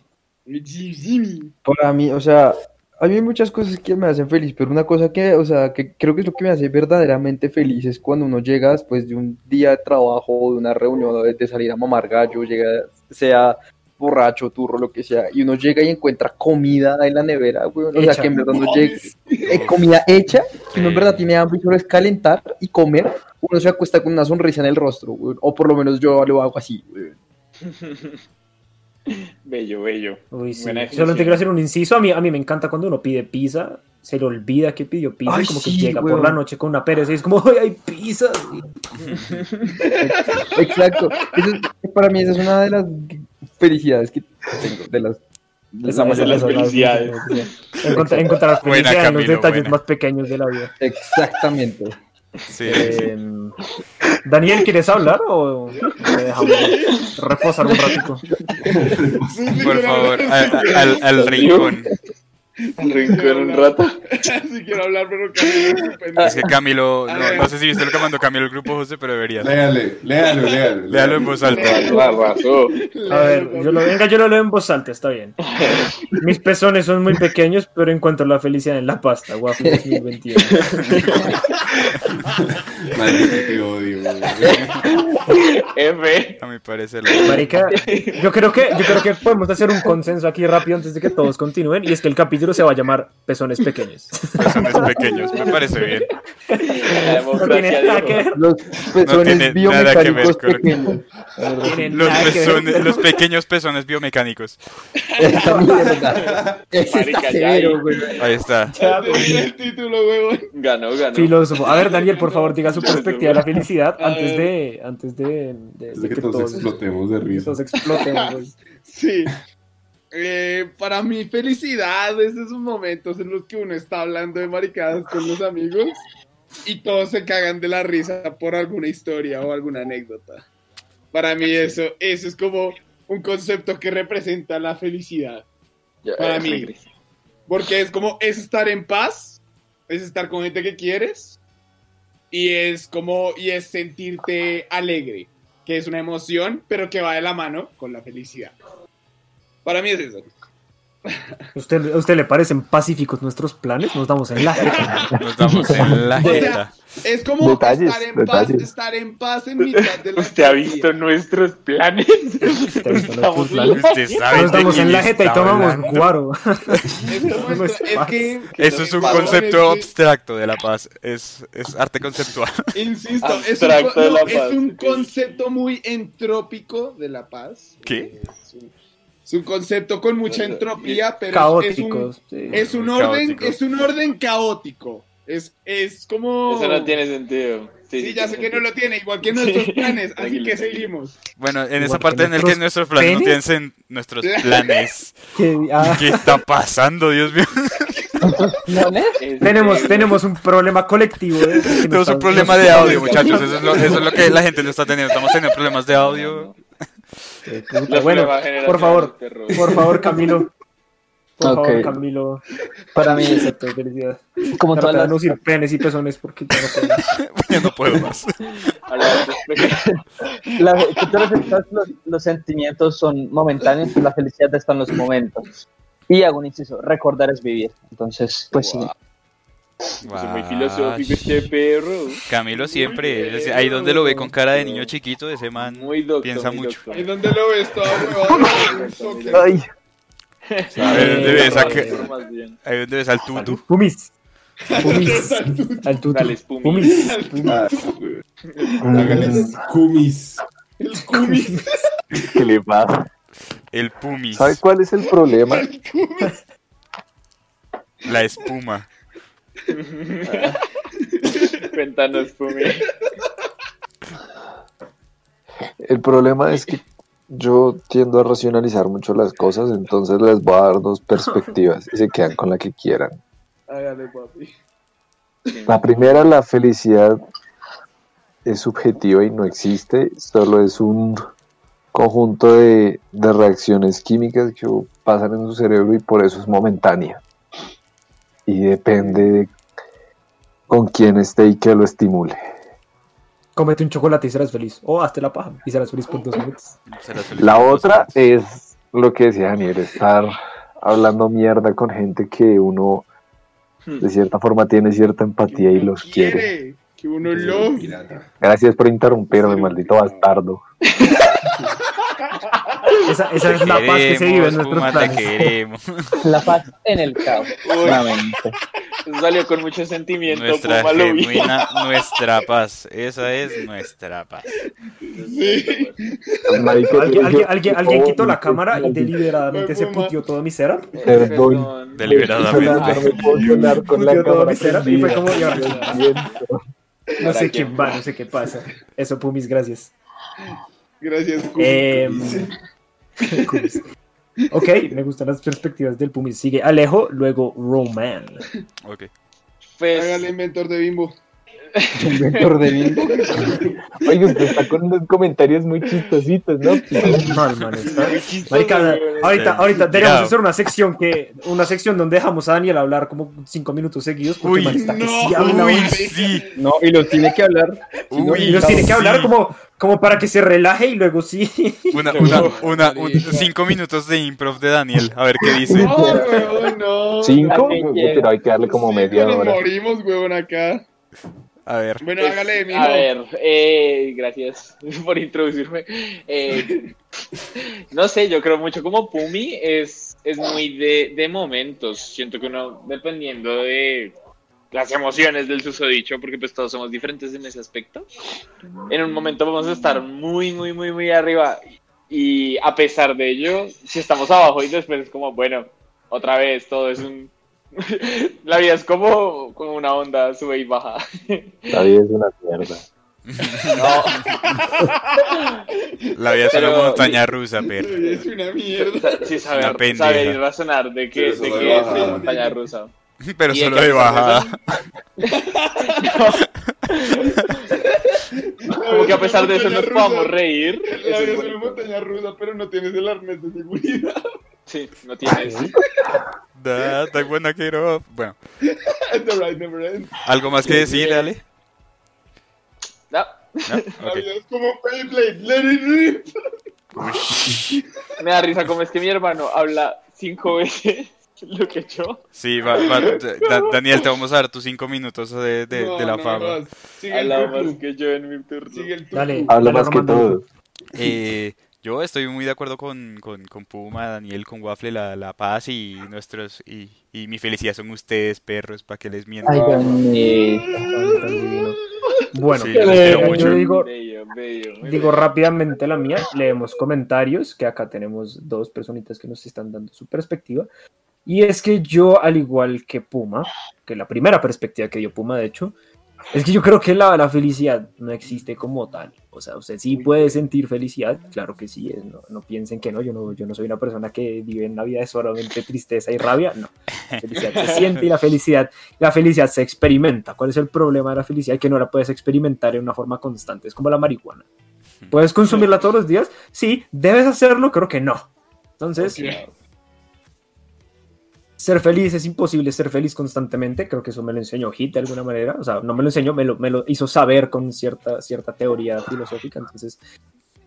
Speaker 2: Jim- Jimmy.
Speaker 7: Para mí, o sea, a mí hay muchas cosas que me hacen feliz, pero una cosa que, o sea, que creo que es lo que me hace verdaderamente feliz es cuando uno llega después de un día de trabajo, de una reunión, de- de salir a mamar gallo, llega, sea borracho, turro, lo que sea, y uno llega y encuentra comida en la nevera, güey, o sea,
Speaker 3: Hecha.
Speaker 7: que en verdad uno llega,
Speaker 2: Mames.
Speaker 7: eh, comida hecha, que uno en
Speaker 4: Sí.
Speaker 7: verdad tiene hambre y solo es calentar y comer, uno se acuesta con una sonrisa en el rostro, güey, o por lo menos yo lo hago así, güey.
Speaker 8: bello, bello.
Speaker 3: Uy, sí.
Speaker 8: Buena definición.
Speaker 3: Solamente quiero hacer un inciso. A mí, a mí me encanta cuando uno pide pizza, se le olvida que pidió pizza
Speaker 7: Ay,
Speaker 3: y como
Speaker 7: sí,
Speaker 3: que llega
Speaker 7: weón.
Speaker 3: por la noche con una pereza y es como, ¡ay, hay pizza!
Speaker 7: Exacto. Eso es- para mí esa es una de las felicidades que tengo, de las... de
Speaker 3: Esa
Speaker 8: de las felicidades.
Speaker 3: Encontrar, encontrar la
Speaker 4: Buena,
Speaker 3: felicidad en los
Speaker 4: Camilo,
Speaker 3: detalles
Speaker 4: buena.
Speaker 3: más pequeños de la vida.
Speaker 7: Exactamente.
Speaker 4: Sí, sí.
Speaker 3: Eh, Daniel, ¿quieres hablar o te dejamos reposar un ratito?
Speaker 4: Por favor, al, al- al rincón.
Speaker 8: Un rincón, un rato.
Speaker 2: Sí quiero hablar, pero Camilo es un pendejo.
Speaker 4: Es que Camilo, no, no sé si viste lo que mandó Camilo el grupo José, pero debería.
Speaker 6: Léale, léalo, léalo.
Speaker 4: Léalo en voz alta.
Speaker 8: Barbazo.
Speaker 3: A ver, yo lo, venga, yo lo leo en voz alta, está bien. Mis pezones son muy pequeños, pero encuentro la felicidad en la pasta. Guapo 2021.
Speaker 6: Maldito, te odio. güey.
Speaker 8: F.
Speaker 4: A mi parecer. lo-
Speaker 3: Marica, yo creo que yo creo que podemos hacer un consenso aquí rápido antes de que todos continúen y es que el capítulo se va a llamar pezones pequeños.
Speaker 4: Pezones pequeños, me parece bien.
Speaker 8: La
Speaker 3: No tiene
Speaker 8: democracia
Speaker 3: nada que
Speaker 8: dijo.
Speaker 3: ver.
Speaker 7: Los pues, pezones
Speaker 4: tiene nada que ver
Speaker 7: biomecánicos
Speaker 4: con lo que-
Speaker 7: pequeños.
Speaker 3: tiene
Speaker 4: Los,
Speaker 3: nada que ver.
Speaker 4: pezones- los pequeños pezones biomecánicos.
Speaker 7: Esa mierda. Ese
Speaker 8: Marica, ya
Speaker 7: está severo,
Speaker 8: hay-
Speaker 7: güey.
Speaker 4: Ahí está.
Speaker 3: Ya,
Speaker 2: Te di el título, huevón.
Speaker 8: Ganó, ganó.
Speaker 3: Filósofo. A ver, Daniel, por favor, diga su perspectiva de la felicidad antes de antes de, de-
Speaker 6: Antes
Speaker 3: de
Speaker 6: de que todos explotemos de risa.
Speaker 3: todos explotemos, güey.
Speaker 2: Sí. Eh, para mí, felicidad es esos momentos en los que uno está hablando de maricadas con los amigos y todos se cagan de la risa por alguna historia o alguna anécdota. Para mí eso, eso es como un concepto que representa la felicidad.
Speaker 8: Ya,
Speaker 2: Para
Speaker 8: eh,
Speaker 2: mí.
Speaker 8: regreso.
Speaker 2: Porque es como, es estar en paz, es estar con gente que quieres, y es como, y es sentirte alegre, que es una emoción, pero que va de la mano con la felicidad. Para mí es eso.
Speaker 3: ¿Usted, ¿A usted le parecen pacíficos nuestros planes? Nos damos en la jeta.
Speaker 4: Nos damos en la
Speaker 2: O sea,
Speaker 4: jeta.
Speaker 2: Es como
Speaker 5: Detalles,
Speaker 2: estar en paz,
Speaker 5: detalles.
Speaker 2: estar en paz en mitad de la
Speaker 8: ¿Usted ha
Speaker 2: pelea.
Speaker 8: visto nuestros planes?
Speaker 3: visto nuestros
Speaker 8: Estamos
Speaker 3: planes?
Speaker 4: Usted sabe
Speaker 3: Nos
Speaker 4: de
Speaker 3: damos
Speaker 4: quién
Speaker 3: en la jeta y
Speaker 4: está
Speaker 3: tomamos
Speaker 4: hablando.
Speaker 3: guaro.
Speaker 2: Es como
Speaker 3: No es
Speaker 2: estar- es
Speaker 3: paz.
Speaker 2: que-
Speaker 4: Eso es un
Speaker 2: Perdón,
Speaker 4: concepto
Speaker 2: es
Speaker 4: abstracto de la paz. Es, es arte conceptual.
Speaker 2: que, Insisto, es un,
Speaker 8: Abstracto
Speaker 2: co-
Speaker 8: de la
Speaker 2: no, es
Speaker 8: paz,
Speaker 2: un
Speaker 8: ok.
Speaker 2: concepto muy entrópico de la paz.
Speaker 4: ¿Qué?
Speaker 2: Es un, es un concepto con mucha entropía, pero es un,
Speaker 3: Caóticos. sí.
Speaker 2: es un
Speaker 4: Muy
Speaker 2: orden,
Speaker 4: caótico.
Speaker 2: es un orden caótico. Es, es como.
Speaker 8: Eso no tiene sentido.
Speaker 2: Sí,
Speaker 8: Sí, sí,
Speaker 2: ya
Speaker 8: tiene
Speaker 2: sé que no
Speaker 8: sentido.
Speaker 2: lo tiene, igual que nuestros planes, así
Speaker 8: Tranquilo,
Speaker 2: que
Speaker 8: tranquilo.
Speaker 2: seguimos.
Speaker 4: Bueno, en esa
Speaker 3: Igual que
Speaker 4: parte en el que nuestros
Speaker 3: nuestros
Speaker 4: planes no tienen
Speaker 3: penes.
Speaker 4: sen- nuestros planes.
Speaker 3: Que- ah,
Speaker 4: ¿Qué está pasando, Dios mío?
Speaker 9: ¿Planes?
Speaker 8: Es-
Speaker 3: tenemos,
Speaker 8: eh,
Speaker 3: tenemos un problema colectivo. ¿eh? Que nos
Speaker 4: Tenemos un
Speaker 3: está-
Speaker 4: problema
Speaker 3: nos-
Speaker 4: de audio, muchachos. Eso es lo, eso es lo que la gente no está teniendo. Estamos teniendo problemas de audio.
Speaker 3: Eh, puta,
Speaker 8: los
Speaker 3: bueno,
Speaker 8: problemas generacionales
Speaker 3: por favor,
Speaker 8: del terror.
Speaker 3: por favor, Camilo. Por
Speaker 9: Ok.
Speaker 3: favor, Camilo.
Speaker 9: Para mí,
Speaker 3: Exacto, felicidades.
Speaker 9: como
Speaker 3: Trata
Speaker 9: todas
Speaker 3: de
Speaker 9: las
Speaker 3: no usar penes y pezones porque ya no puedo.
Speaker 4: Ya no puedo más.
Speaker 8: Hablando de-
Speaker 9: La, que tú respectas, los, los sentimientos son momentáneos, pero la felicidad está en los momentos. Y hago un inciso, recordar es vivir. Entonces, pues sí.
Speaker 8: Es muy filosófico este perro.
Speaker 4: Camilo siempre. es- Ahí donde lo ve con cara de niño chiquito, ese man.
Speaker 8: Muy doctor.
Speaker 4: Piensa
Speaker 8: muy
Speaker 4: mucho.
Speaker 2: Ahí
Speaker 8: doctor.
Speaker 2: donde lo ves todo huevado, un soccer.
Speaker 9: Ay,
Speaker 4: A ver, debe
Speaker 3: Eh,
Speaker 4: saque-
Speaker 8: Eso más bien.
Speaker 4: Ahí donde ves al tutu.
Speaker 3: Pumis. Pumis. Al tutu.
Speaker 8: Dale, Pumis.
Speaker 3: Pumis.
Speaker 6: Ah, güey. Hágales cumis.
Speaker 2: El cumis.
Speaker 5: ¿Qué le pasa?
Speaker 4: El pumis.
Speaker 5: ¿Sabe cuál es el problema?
Speaker 4: La espuma.
Speaker 8: Cuéntanos, Pumi.
Speaker 5: El problema es que yo tiendo a racionalizar mucho las cosas, entonces les voy a dar dos perspectivas y se quedan con la que quieran.
Speaker 2: Hágale, papi.
Speaker 5: La primera, la felicidad es subjetiva y no existe, solo es un conjunto de, de reacciones químicas que pasan en su cerebro y por eso es momentánea. Y depende de con quién esté y que lo estimule.
Speaker 3: Cómete un chocolate y serás feliz. O hazte la paja y serás feliz por dos minutos.
Speaker 4: Se las felicito.
Speaker 5: La otra es lo que decía Daniel, estar hablando mierda con gente que uno de cierta forma tiene cierta empatía y los quiere.
Speaker 2: Que uno lo.
Speaker 6: Pirata.
Speaker 5: Gracias por interrumpirme, maldito bastardo.
Speaker 3: Esa, esa es la paz que se vive en
Speaker 4: Queremos,
Speaker 3: nuestros
Speaker 4: Puma, te
Speaker 3: planes.
Speaker 4: queremos.
Speaker 9: la paz en el caos. nuevamente.
Speaker 8: Salió con mucho sentimiento,
Speaker 4: Nuestra
Speaker 8: Puma lo vi.
Speaker 4: genuina, nuestra paz. Esa es nuestra paz.
Speaker 2: Sí.
Speaker 5: Marica,
Speaker 3: Alguien,
Speaker 5: yo-
Speaker 3: alguien, alguien, alguien quitó la
Speaker 5: Oh,
Speaker 3: cámara y deliberadamente se
Speaker 2: Fue Puma.
Speaker 3: putió toda mi cera.
Speaker 5: Perdón.
Speaker 4: Deliberadamente.
Speaker 5: No me puedo sonar con la
Speaker 3: Putió toda
Speaker 5: cámara
Speaker 3: mi cera y fue
Speaker 5: prendida.
Speaker 3: como yo.
Speaker 5: Siento.
Speaker 3: No
Speaker 8: Ahora
Speaker 3: sé
Speaker 8: que-
Speaker 3: quién va, no sé qué pasa. Eso, Pumis, gracias.
Speaker 2: Gracias, Pues, cumis.
Speaker 3: Eh, Pumis. Em, ok, me gustan las perspectivas del Pumis. Sigue Alejo, luego Roman.
Speaker 4: Ok.
Speaker 2: Hágale,
Speaker 8: Pues,
Speaker 2: inventor de bimbo.
Speaker 7: Inventor de bimbo.
Speaker 5: Oye, usted está con unos comentarios muy chistositos, ¿no?
Speaker 3: Mal, man, está- Marica, ahorita, ahorita tenemos que hacer una sección que, una sección donde dejamos a Daniel hablar como cinco minutos seguidos porque
Speaker 4: Uy,
Speaker 3: man, está que sí habla,
Speaker 4: Uy,
Speaker 3: man.
Speaker 4: sí.
Speaker 7: No, y los tiene que hablar.
Speaker 4: Uy,
Speaker 3: y los tiene que
Speaker 4: sí.
Speaker 3: hablar como, como para que se relaje y luego sí.
Speaker 4: Una, una, una, un- cinco minutos de improv de Daniel. A ver qué dice.
Speaker 2: No, huevón, no.
Speaker 5: ¿Cinco?
Speaker 9: También llega.
Speaker 5: Pero hay que darle como
Speaker 2: Sí,
Speaker 5: media
Speaker 2: nos
Speaker 5: hora.
Speaker 2: morimos, huevón, acá.
Speaker 4: A ver.
Speaker 2: Bueno,
Speaker 8: Pues,
Speaker 2: hágale, mijo.
Speaker 8: A ver, eh, gracias por introducirme. Eh, no sé, yo creo mucho como Pumi es, es muy de, de momentos. Siento que uno, dependiendo de las emociones del susodicho, porque pues todos somos diferentes en ese aspecto, en un momento vamos a estar muy, muy, muy, muy arriba. Y a pesar de ello, si estamos abajo y después es como, bueno, otra vez, todo es un... La vida es como, como una onda, sube y baja.
Speaker 5: La vida es una mierda.
Speaker 8: No.
Speaker 4: La vida es una
Speaker 8: Pero-
Speaker 4: montaña rusa, perro.
Speaker 2: Es una mierda.
Speaker 8: Sí,
Speaker 4: Una
Speaker 8: saber,
Speaker 4: pendeja.
Speaker 8: saber razonar de que,
Speaker 6: Pero eso
Speaker 8: de
Speaker 6: lo
Speaker 8: que es
Speaker 6: bajaron.
Speaker 8: montaña rusa.
Speaker 4: Pero
Speaker 8: Y de
Speaker 4: solo
Speaker 8: que a
Speaker 4: de
Speaker 8: pesar de
Speaker 4: bajada.
Speaker 8: Como que a pesar de eso nos podamos reír.
Speaker 2: La
Speaker 8: eso es
Speaker 2: vida es una
Speaker 8: bonito.
Speaker 2: montaña rusa, pero no tienes el arnés de seguridad.
Speaker 8: Sí, no tienes.
Speaker 4: Da, da buena que no. Bueno,
Speaker 2: The ride never ends.
Speaker 4: ¿algo más que decir, Ale?
Speaker 8: No.
Speaker 4: ¿No?
Speaker 2: La
Speaker 4: Ok.
Speaker 2: vida es como Beyblade, let it rip.
Speaker 8: Me da risa como es que mi hermano habla cinco veces lo que yo.
Speaker 4: Sí, va, va, Da- Daniel, te vamos a dar tus cinco minutos de, de-
Speaker 2: No,
Speaker 4: de la
Speaker 2: no,
Speaker 4: fama.
Speaker 2: no, Sigue el
Speaker 8: Hablaba más
Speaker 2: tucu,
Speaker 8: que yo en mi turno.
Speaker 2: sigue el tucu.
Speaker 3: Dale.
Speaker 5: Habla
Speaker 3: dale,
Speaker 5: más que
Speaker 3: Armando.
Speaker 5: todo.
Speaker 4: Eh, yo estoy muy de acuerdo con, con, con Puma, Daniel, con Waffle, la, la paz y nuestros y, y mi felicidad son ustedes, perros, para que les miento.
Speaker 9: Ay, Dios mío.
Speaker 3: Tan, tan divino. Bueno,
Speaker 4: Sí,
Speaker 3: eh,
Speaker 4: los quiero
Speaker 3: yo
Speaker 4: mucho.
Speaker 3: digo,
Speaker 8: Bello, bello, muy
Speaker 3: digo
Speaker 8: bello.
Speaker 3: rápidamente la mía, leemos comentarios, que acá tenemos dos personitas que nos están dando su perspectiva. Y es que yo, al igual que Puma, que la primera perspectiva que dio Puma, de hecho, es que yo creo que la, la felicidad no existe como tal. O sea, usted sí puede sentir felicidad, claro que sí, es- no, no piensen que no yo, no, yo no soy una persona que vive en la vida de solamente tristeza y rabia, no. La felicidad se siente y la felicidad, la felicidad se experimenta. ¿Cuál es el problema de la felicidad? Que no la puedes experimentar en una forma constante, es como la marihuana. ¿Puedes consumirla todos los días? Sí, ¿debes hacerlo? Creo que no. Entonces, ser feliz es imposible ser feliz constantemente. Creo que eso me lo enseñó Hit de alguna manera. O sea, no me lo enseñó, me lo, me lo hizo saber con cierta, cierta teoría filosófica. Entonces,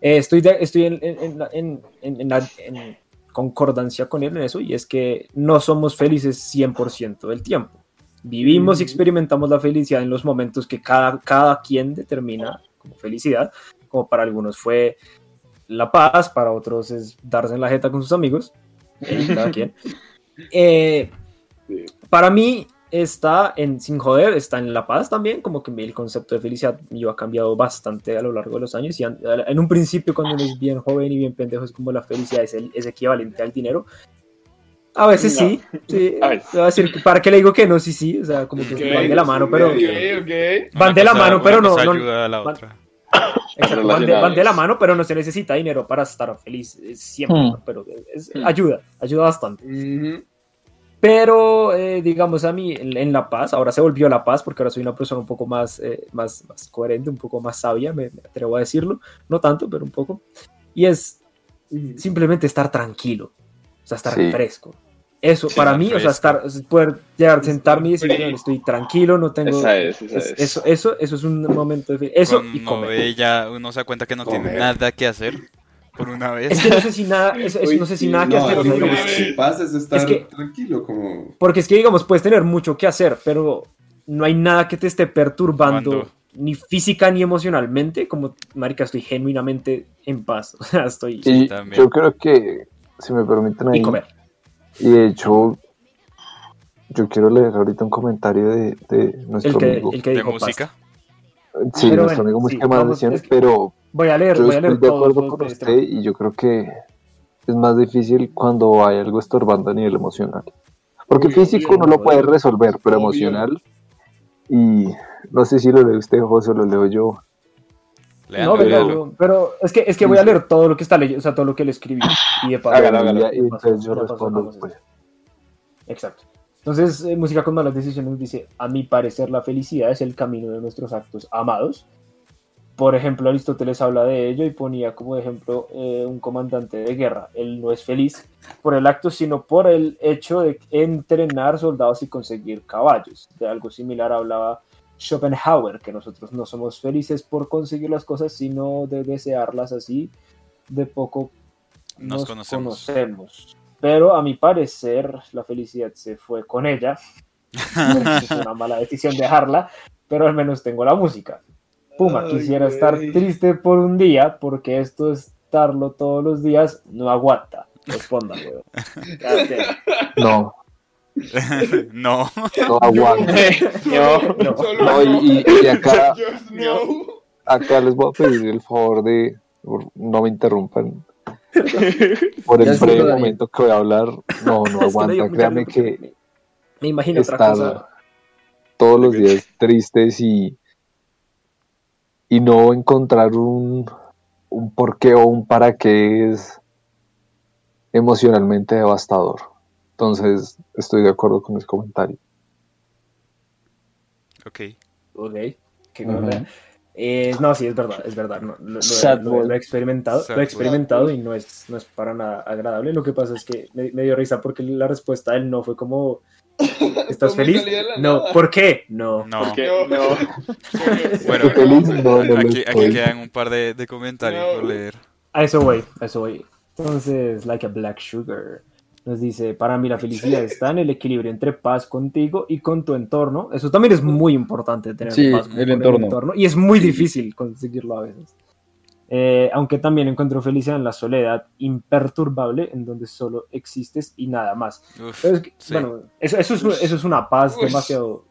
Speaker 3: eh, estoy, de- estoy en, en- en la- en- en- en la- en concordancia con él en eso. Y es que no somos felices 100% del tiempo. Vivimos y experimentamos la felicidad en los momentos que cada, cada quien determina como felicidad. Como para algunos fue la paz, para otros es darse en la jeta con sus amigos. eh, cada quien. Eh, para mí está en, sin joder, está en La Paz también, como que el concepto de felicidad yo ha cambiado bastante a lo largo de los años y an- en un principio cuando uno es bien joven y bien pendejo es como la felicidad es, el- es equivalente al dinero. A veces
Speaker 8: No.
Speaker 3: sí, sí.
Speaker 8: A veces.
Speaker 3: Voy a decir que- ¿para qué le digo que no? Sí, sí, o sea, como que
Speaker 2: Ok,
Speaker 3: van de Pues, la mano, pero...
Speaker 2: Ok, ok.
Speaker 3: Van
Speaker 4: Una
Speaker 3: de la
Speaker 4: cosa-
Speaker 3: mano,
Speaker 4: una
Speaker 3: pero no-
Speaker 4: cosa
Speaker 3: no-
Speaker 4: ayuda a la
Speaker 3: van-
Speaker 4: otra.
Speaker 3: Exacto, van, de, van de la mano, pero no se necesita dinero para estar feliz eh, siempre,
Speaker 9: Hmm.
Speaker 3: ¿no? pero eh, es-
Speaker 8: Hmm.
Speaker 3: ayuda, ayuda bastante.
Speaker 2: Ujú.
Speaker 3: Pero, eh, digamos, a mí en, en La Paz, ahora se volvió La Paz porque ahora soy una persona un poco más, eh, más, más coherente, un poco más sabia, me, me atrevo a decirlo. No tanto, pero un poco. Y es simplemente estar tranquilo, o sea, estar
Speaker 5: Sí.
Speaker 3: fresco. Eso, para mí, o sea,
Speaker 4: fresco.
Speaker 3: estar, es poder llegar, sentarme y decir,
Speaker 2: fresco.
Speaker 3: "Bueno, estoy tranquilo, no tengo...
Speaker 8: Esa es, esa
Speaker 3: es-
Speaker 8: es.
Speaker 3: Eso, eso, eso es un momento de... Eso y
Speaker 4: Cuando
Speaker 3: comer.
Speaker 4: ella uno se da cuenta que no tiene
Speaker 6: Comer.
Speaker 4: nada que hacer por una vez.
Speaker 3: Es que no sé si nada, eso- eso
Speaker 2: Uy,
Speaker 3: no sé si
Speaker 2: sí,
Speaker 3: nada Ah, que
Speaker 6: No,
Speaker 3: hacer. o
Speaker 6: lo
Speaker 3: sea,
Speaker 2: no,
Speaker 6: único
Speaker 3: digamos,
Speaker 2: no,
Speaker 6: que sí pasa es estar
Speaker 3: Es que-
Speaker 6: tranquilo, como...
Speaker 3: Porque es que, digamos, puedes tener mucho que hacer, pero no hay nada que te esté perturbando,
Speaker 4: Cuando-
Speaker 3: ni física ni emocionalmente. Como, marica, estoy genuinamente en paz. O sea, estoy.
Speaker 5: Y
Speaker 4: también.
Speaker 5: yo creo que, si me permiten ahí,
Speaker 3: Y comer.
Speaker 5: y de hecho, yo quiero leer ahorita un comentario de, de nuestro
Speaker 3: El que,
Speaker 5: amigo.
Speaker 3: el que
Speaker 4: de
Speaker 3: dijo paz.
Speaker 4: música.
Speaker 5: Sí,
Speaker 3: Pero
Speaker 5: nuestro
Speaker 3: bueno,
Speaker 5: amigo
Speaker 3: sí,
Speaker 5: Música Más
Speaker 3: vamos,
Speaker 5: Naciones,
Speaker 3: es que-
Speaker 5: pero
Speaker 3: Voy a leer,
Speaker 5: yo
Speaker 3: voy a
Speaker 5: estoy
Speaker 3: leer
Speaker 5: de
Speaker 3: todos
Speaker 5: acuerdo
Speaker 3: los
Speaker 5: con
Speaker 3: de este
Speaker 5: usted
Speaker 3: man.
Speaker 5: y yo creo que es más difícil cuando hay algo estorbando a nivel emocional. Porque
Speaker 2: Obvio,
Speaker 5: físico
Speaker 2: obvio,
Speaker 5: no lo puede
Speaker 3: obvio.
Speaker 5: resolver, pero
Speaker 2: Obvio.
Speaker 5: emocional. Y no sé si lo lee usted, José, o lo leo yo.
Speaker 4: Leandro,
Speaker 3: no, pero,
Speaker 4: léalo.
Speaker 3: pero es es que voy a leer todo lo que está leyendo, o sea, todo lo que él escribió. Y de paso,
Speaker 5: Hágalo,
Speaker 3: ya-
Speaker 5: hágalo.
Speaker 3: ya
Speaker 5: Y
Speaker 3: paso-
Speaker 5: entonces yo
Speaker 3: ya paso
Speaker 5: respondo pues.
Speaker 3: con los-
Speaker 5: después.
Speaker 3: Exacto. Entonces, eh, Música con Malas Decisiones dice, a mi parecer la felicidad es el camino de nuestros actos amados. Por ejemplo, Aristóteles habla de ello y ponía como ejemplo eh, un comandante de guerra. Él no es feliz por el acto, sino por el hecho de entrenar soldados y conseguir caballos. De algo similar hablaba Schopenhauer, que nosotros no somos felices por conseguir las cosas, sino de desearlas así de poco
Speaker 4: Nos conocemos.
Speaker 3: conocemos. Pero a mi parecer, la felicidad se fue con ella. Fue una mala decisión dejarla, pero al menos tengo la música. Puma,
Speaker 2: Ay,
Speaker 3: quisiera
Speaker 2: güey.
Speaker 3: estar triste por un día, porque esto de estarlo todos los días no aguanta. Responda, weón.
Speaker 5: No,
Speaker 4: no.
Speaker 5: no aguanto.
Speaker 2: Solo-
Speaker 3: No.
Speaker 2: solo
Speaker 5: No, y, y- y acá,
Speaker 2: Just no.
Speaker 5: acá les voy a pedir el favor de no me interrumpan. Por
Speaker 7: Ya
Speaker 5: el
Speaker 7: se lo
Speaker 5: breve
Speaker 7: daría.
Speaker 5: momento que voy a hablar, no, no
Speaker 3: Es que no digo
Speaker 5: aguanta.
Speaker 3: mucho,
Speaker 5: Créanme
Speaker 3: porque
Speaker 5: que
Speaker 3: me- Me imagino otra
Speaker 5: estar
Speaker 3: cosa.
Speaker 5: todos los días tristes y, y no encontrar un, un por qué o un para qué es emocionalmente devastador. Entonces, estoy de acuerdo con ese comentario.
Speaker 4: Ok.
Speaker 3: Ok, qué
Speaker 5: Ujú.
Speaker 3: gonorrea. Eh, no, sí, es verdad, es verdad. no, lo, lo-
Speaker 9: Sad
Speaker 3: lo- lo
Speaker 9: boy.
Speaker 3: he experimentado,
Speaker 4: Sad
Speaker 3: lo he
Speaker 4: boy.
Speaker 3: experimentado y no es, no es para nada agradable. Lo que pasa es que me, me dio risa porque la respuesta del no fue como, ¿estás
Speaker 2: Fue muy
Speaker 3: feliz?
Speaker 2: salida de la
Speaker 3: No,
Speaker 2: nada.
Speaker 3: ¿por qué? No.
Speaker 4: No.
Speaker 8: Porque
Speaker 2: No.
Speaker 8: no.
Speaker 4: Bueno,
Speaker 5: feliz? No, no lo
Speaker 4: aquí, aquí
Speaker 3: Pues-
Speaker 5: estoy.
Speaker 4: quedan un par de, de comentarios
Speaker 2: No.
Speaker 4: por leer.
Speaker 3: A eso voy, a eso voy. Entonces, like a black sugar. Nos dice, para mí la felicidad está en el equilibrio entre paz contigo y con tu entorno. Eso también es muy importante, tener
Speaker 7: Sí,
Speaker 3: paz con
Speaker 7: el entorno.
Speaker 3: Y es muy difícil conseguirlo a veces. Eh, aunque también encuentro felicidad en la soledad imperturbable, en donde solo existes y nada más.
Speaker 4: Uf,
Speaker 3: Pero es que,
Speaker 4: sí.
Speaker 3: Bueno, eso, eso es, eso es una paz
Speaker 2: Uy.
Speaker 3: demasiado...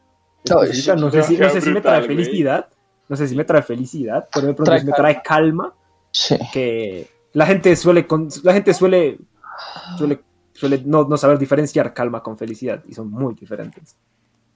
Speaker 9: No,
Speaker 3: específica. No sé, si, no sé si me trae
Speaker 8: Demasiado brutal, güey.
Speaker 3: felicidad, no sé si me trae felicidad, pero de pronto
Speaker 9: Trae
Speaker 3: sí me trae calma
Speaker 9: Sí.
Speaker 3: que la gente suele con- la gente suele suele, suele no, no saber diferenciar calma con felicidad y son muy diferentes.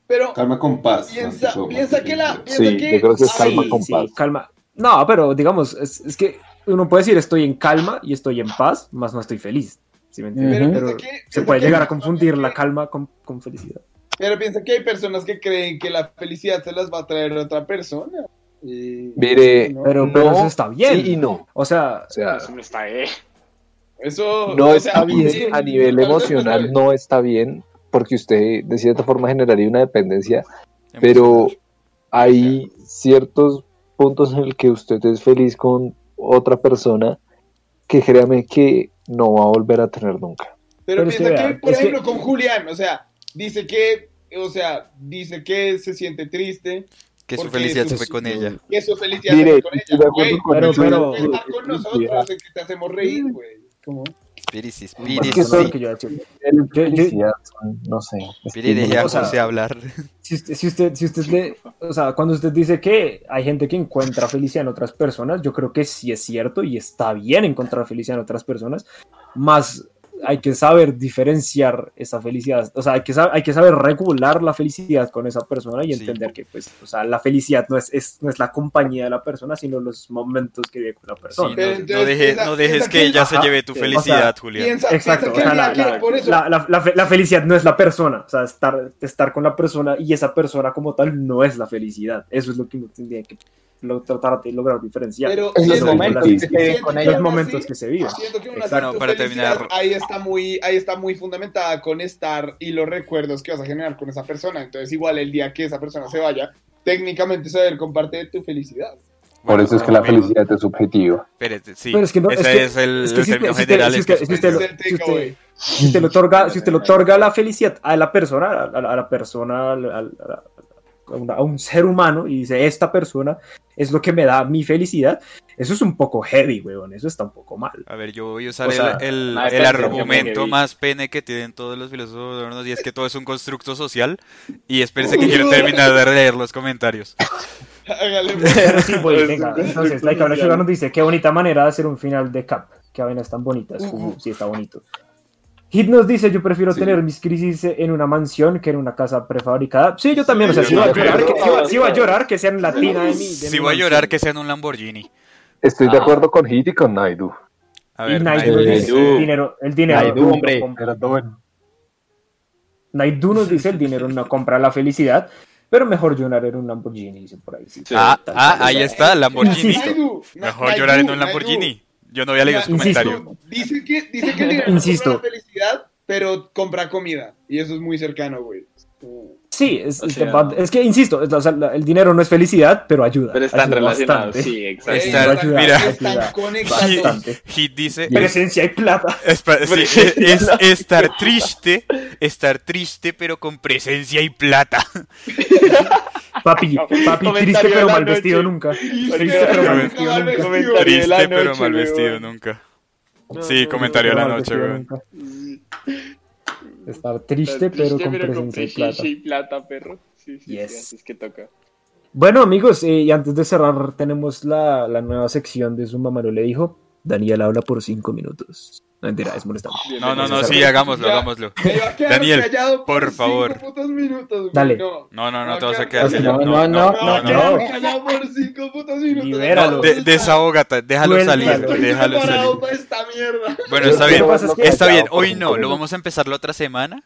Speaker 2: Pero
Speaker 6: Calma con paz.
Speaker 2: piensa,
Speaker 6: más que todo,
Speaker 2: piensa
Speaker 6: más
Speaker 2: que la.
Speaker 6: felicidad.
Speaker 2: Piensa
Speaker 5: Sí,
Speaker 2: que,
Speaker 5: yo creo que es
Speaker 2: Ay,
Speaker 5: calma con
Speaker 3: sí,
Speaker 5: paz.
Speaker 3: calma. No, pero digamos, es, es que uno puede decir estoy en calma y estoy en paz, más no estoy feliz. ¿sí me entiendes?
Speaker 2: Pero, piensa
Speaker 3: Pero
Speaker 7: Ujú.
Speaker 2: que-
Speaker 3: se
Speaker 2: piensa
Speaker 3: puede
Speaker 2: que-
Speaker 3: llegar a confundir la calma con, con felicidad.
Speaker 2: Pero piensa que hay personas que creen que la felicidad se las va a traer otra persona. Y-
Speaker 5: Mire,
Speaker 2: ¿no?
Speaker 3: Pero,
Speaker 5: No,
Speaker 3: pero eso está bien.
Speaker 5: sí y no.
Speaker 3: O sea,
Speaker 5: O sea,
Speaker 8: Eso no está bien.
Speaker 2: Eso
Speaker 5: no
Speaker 2: o sea, sí,
Speaker 5: está bien a nivel
Speaker 2: tal vez
Speaker 5: emocional,
Speaker 2: no
Speaker 5: no está bien, porque usted de cierta forma generaría una dependencia, pero
Speaker 4: Emocional.
Speaker 5: hay ciertos puntos en el que usted es feliz con otra persona que créame que no va a volver a tener nunca.
Speaker 2: Pero
Speaker 3: Pero es que
Speaker 2: piensa que,
Speaker 3: vea,
Speaker 2: por
Speaker 3: es que-
Speaker 2: ejemplo, con Julián, o sea, dice que, o sea, dice que se siente triste,
Speaker 4: Que su
Speaker 2: porque
Speaker 4: felicidad
Speaker 2: su-
Speaker 4: se fue con ella.
Speaker 2: que su felicidad
Speaker 5: Mire,
Speaker 2: se fue con
Speaker 5: estoy de
Speaker 2: ella.
Speaker 5: acuerdo
Speaker 2: Güey,
Speaker 5: con
Speaker 3: Pero-
Speaker 5: eso.
Speaker 3: pero-
Speaker 2: estar con nosotros, es que te hacemos reír, güey. ¿Cómo?
Speaker 4: Piris,
Speaker 3: bueno,
Speaker 5: que
Speaker 3: eso
Speaker 4: Piris,
Speaker 3: no es lo
Speaker 5: soy-
Speaker 4: sí.
Speaker 3: que yo iba a decir.
Speaker 5: El-
Speaker 3: Yo- yo-
Speaker 5: felicidad, no sé.
Speaker 4: Piris,
Speaker 5: estímulos.
Speaker 4: ya
Speaker 3: O sea,
Speaker 4: José hablar.
Speaker 3: si usted, si usted, si usted le- o sea, cuando usted dice que hay gente que encuentra felicidad en otras personas, yo creo que sí es cierto y está bien encontrar felicidad en otras personas, más hay que saber diferenciar esa felicidad, o sea, hay que, sab- hay que saber regular la felicidad con esa persona y
Speaker 4: Sí.
Speaker 3: entender que, pues, o sea, la felicidad no es, es- no es la compañía de la persona, sino los momentos que vive con la
Speaker 4: Sí, no,
Speaker 3: persona.
Speaker 2: Pero
Speaker 4: no
Speaker 2: entonces
Speaker 4: dejes-
Speaker 2: piensa-
Speaker 4: no dejes
Speaker 2: piensa
Speaker 4: que
Speaker 2: que-
Speaker 4: ella se
Speaker 3: Ajá,
Speaker 4: lleve tu
Speaker 3: sí.
Speaker 4: felicidad, Julián.
Speaker 2: Piensa,
Speaker 3: Exacto,
Speaker 2: piensa que
Speaker 3: o sea,
Speaker 2: el día que-
Speaker 3: la- la-
Speaker 2: por eso,
Speaker 3: La, la- la fe- la felicidad no es la persona, o sea, estar, estar con la persona y esa persona como tal no es la felicidad. Eso es lo que uno tendría que lo, tratar de lograr diferenciar.
Speaker 2: pero
Speaker 9: En los
Speaker 2: siento-
Speaker 9: momentos
Speaker 5: sí,
Speaker 9: que se viven
Speaker 2: siento
Speaker 9: con
Speaker 2: que
Speaker 9: ella.
Speaker 3: los
Speaker 2: aún
Speaker 3: momentos
Speaker 2: así-
Speaker 3: que se viven.
Speaker 2: Siento que una
Speaker 3: Exacto.
Speaker 2: cierta
Speaker 4: Para
Speaker 2: felicidad
Speaker 4: terminar-
Speaker 2: ahí está muy, ahí está muy fundamentada con estar y los recuerdos que vas a generar con esa persona. Entonces, igual el día que esa persona se vaya, técnicamente se debe compartir tu felicidad.
Speaker 5: Por
Speaker 4: Bueno,
Speaker 5: eso es que la
Speaker 4: bueno,
Speaker 5: felicidad es subjetiva.
Speaker 4: espérate, sí.
Speaker 3: Pero es que no-
Speaker 4: Ese
Speaker 3: es
Speaker 4: es,
Speaker 3: que-
Speaker 4: el,
Speaker 3: es que
Speaker 4: el
Speaker 3: si
Speaker 4: término
Speaker 3: usted- si
Speaker 4: general.
Speaker 3: usted-
Speaker 4: es que
Speaker 3: si usted- si
Speaker 4: suspende.
Speaker 3: usted
Speaker 2: Ese es
Speaker 3: lo-
Speaker 2: el takeaway.
Speaker 3: Si usted le otorga, si usted le otorga la felicidad a la persona, a, la- a la persona, al- al- a, la- a una- a un ser humano y dice, esta persona es lo que me da mi felicidad, eso es un poco heavy, weón, eso está un poco mal.
Speaker 4: A ver, yo voy a usar
Speaker 3: O sea,
Speaker 4: el, el-
Speaker 8: más
Speaker 4: el
Speaker 8: pene, yo
Speaker 4: argumento
Speaker 8: me vi.
Speaker 4: más pene que tienen todos los filósofos modernos y es que todo es un constructo social. Y espérense que quiero terminar de leer los comentarios.
Speaker 2: Hágale, pues.
Speaker 3: Pero sí, voy, venga. Entonces, Laika Black Sugar nos dice, qué bonita manera de hacer un final de Cap. Qué avenas tan bonitas. Uh, sí, está bonito. Hit nos dice, yo prefiero
Speaker 6: Sí.
Speaker 3: tener mis crisis en una mansión que en una casa prefabricada. Sí, yo también, o sea,
Speaker 2: Sí,
Speaker 3: si
Speaker 2: yo
Speaker 3: voy a
Speaker 2: también.
Speaker 3: llorar, que, si voy- si voy a llorar, que sea en latina de mi- de mi
Speaker 4: Si voy a llorar, que sea en un Lamborghini.
Speaker 5: Estoy
Speaker 4: Ah.
Speaker 5: de acuerdo con Hit y con Naidu.
Speaker 4: A
Speaker 3: mansión.
Speaker 4: ver,
Speaker 3: Y Naidu
Speaker 4: Naidu
Speaker 3: nos
Speaker 4: dice-
Speaker 3: dice, el dinero, el dinero.
Speaker 7: Naidu,
Speaker 3: no
Speaker 7: hombre.
Speaker 3: compra-
Speaker 5: Perdón.
Speaker 3: Naidu nos dice, el dinero no compra la felicidad, pero mejor llorar en un Lamborghini, dice por ahí. sí.
Speaker 4: Ah,
Speaker 3: Tal
Speaker 4: ah,
Speaker 3: cual, o
Speaker 4: ahí
Speaker 3: sea,
Speaker 4: está, Lamborghini.
Speaker 3: Insisto.
Speaker 4: Mejor llorar en un Lamborghini. Yo no había leído ese
Speaker 3: Insisto.
Speaker 4: comentario.
Speaker 2: Dice que, dice que el dinero no
Speaker 3: Insisto.
Speaker 2: compra la felicidad, pero compra comida. Y eso es muy cercano, güey.
Speaker 3: Sí, es,
Speaker 8: O
Speaker 3: es-
Speaker 8: sea-
Speaker 3: es que insisto, es- o sea, la- el dinero no es felicidad, pero ayuda.
Speaker 8: Pero están
Speaker 3: ayuda
Speaker 8: relacionados,
Speaker 3: bastante.
Speaker 8: sí, exacto.
Speaker 4: Está- mira.
Speaker 2: están
Speaker 3: Ayuda.
Speaker 2: conectados.
Speaker 3: Bastante.
Speaker 4: Hit dice,
Speaker 3: En esencia hay plata.
Speaker 4: Espa- sí, es, es estar triste, estar triste, pero con presencia y plata.
Speaker 3: Papi, papi
Speaker 8: Comentario
Speaker 3: triste
Speaker 8: de
Speaker 3: pero
Speaker 8: la
Speaker 3: mal
Speaker 8: noche.
Speaker 3: vestido nunca. Triste pero mal
Speaker 2: Pero-
Speaker 3: vestido nunca.
Speaker 8: Comentario de la
Speaker 4: Triste, pero
Speaker 8: noche,
Speaker 4: mal
Speaker 8: weón.
Speaker 4: vestido nunca.
Speaker 8: No,
Speaker 4: Sí,
Speaker 8: no,
Speaker 4: comentario de
Speaker 3: Pero
Speaker 4: la
Speaker 3: mal
Speaker 4: noche,
Speaker 3: vestido
Speaker 4: weón.
Speaker 3: nunca. Estar triste pero con presencia y plata.
Speaker 8: y plata, perro. Sí, sí,
Speaker 3: Yes.
Speaker 8: sí, así es que toca.
Speaker 3: Bueno, amigos, eh, y antes de cerrar, tenemos la, la nueva sección de su mamá no le dijo. Daniel habla por cinco minutos. No mentira, es molestante.
Speaker 4: No, no, no,
Speaker 3: César.
Speaker 4: sí, hagámoslo,
Speaker 2: Ya.
Speaker 4: hagámoslo.
Speaker 2: Me iba a quedar
Speaker 4: Daniel,
Speaker 2: callado
Speaker 4: por
Speaker 2: cinco
Speaker 4: favor.
Speaker 2: putos minutos, güey.
Speaker 3: Dale.
Speaker 2: No.
Speaker 4: No, no, no
Speaker 2: No,
Speaker 4: te vas a
Speaker 2: claro.
Speaker 4: quedar. callado.
Speaker 7: No, no,
Speaker 4: no,
Speaker 7: no,
Speaker 3: no.
Speaker 2: me quedé callado por cinco putos minutos.
Speaker 3: Libéralo.
Speaker 4: De- desahógate, déjalo
Speaker 3: Suéltalo.
Speaker 4: salir,
Speaker 2: Estoy
Speaker 4: déjalo
Speaker 2: preparado
Speaker 4: salir.
Speaker 2: para esta mierda.
Speaker 4: Bueno, está bien,
Speaker 3: Lo que pasa es que-
Speaker 4: está bien, hoy no, lo vamos a empezar la otra semana.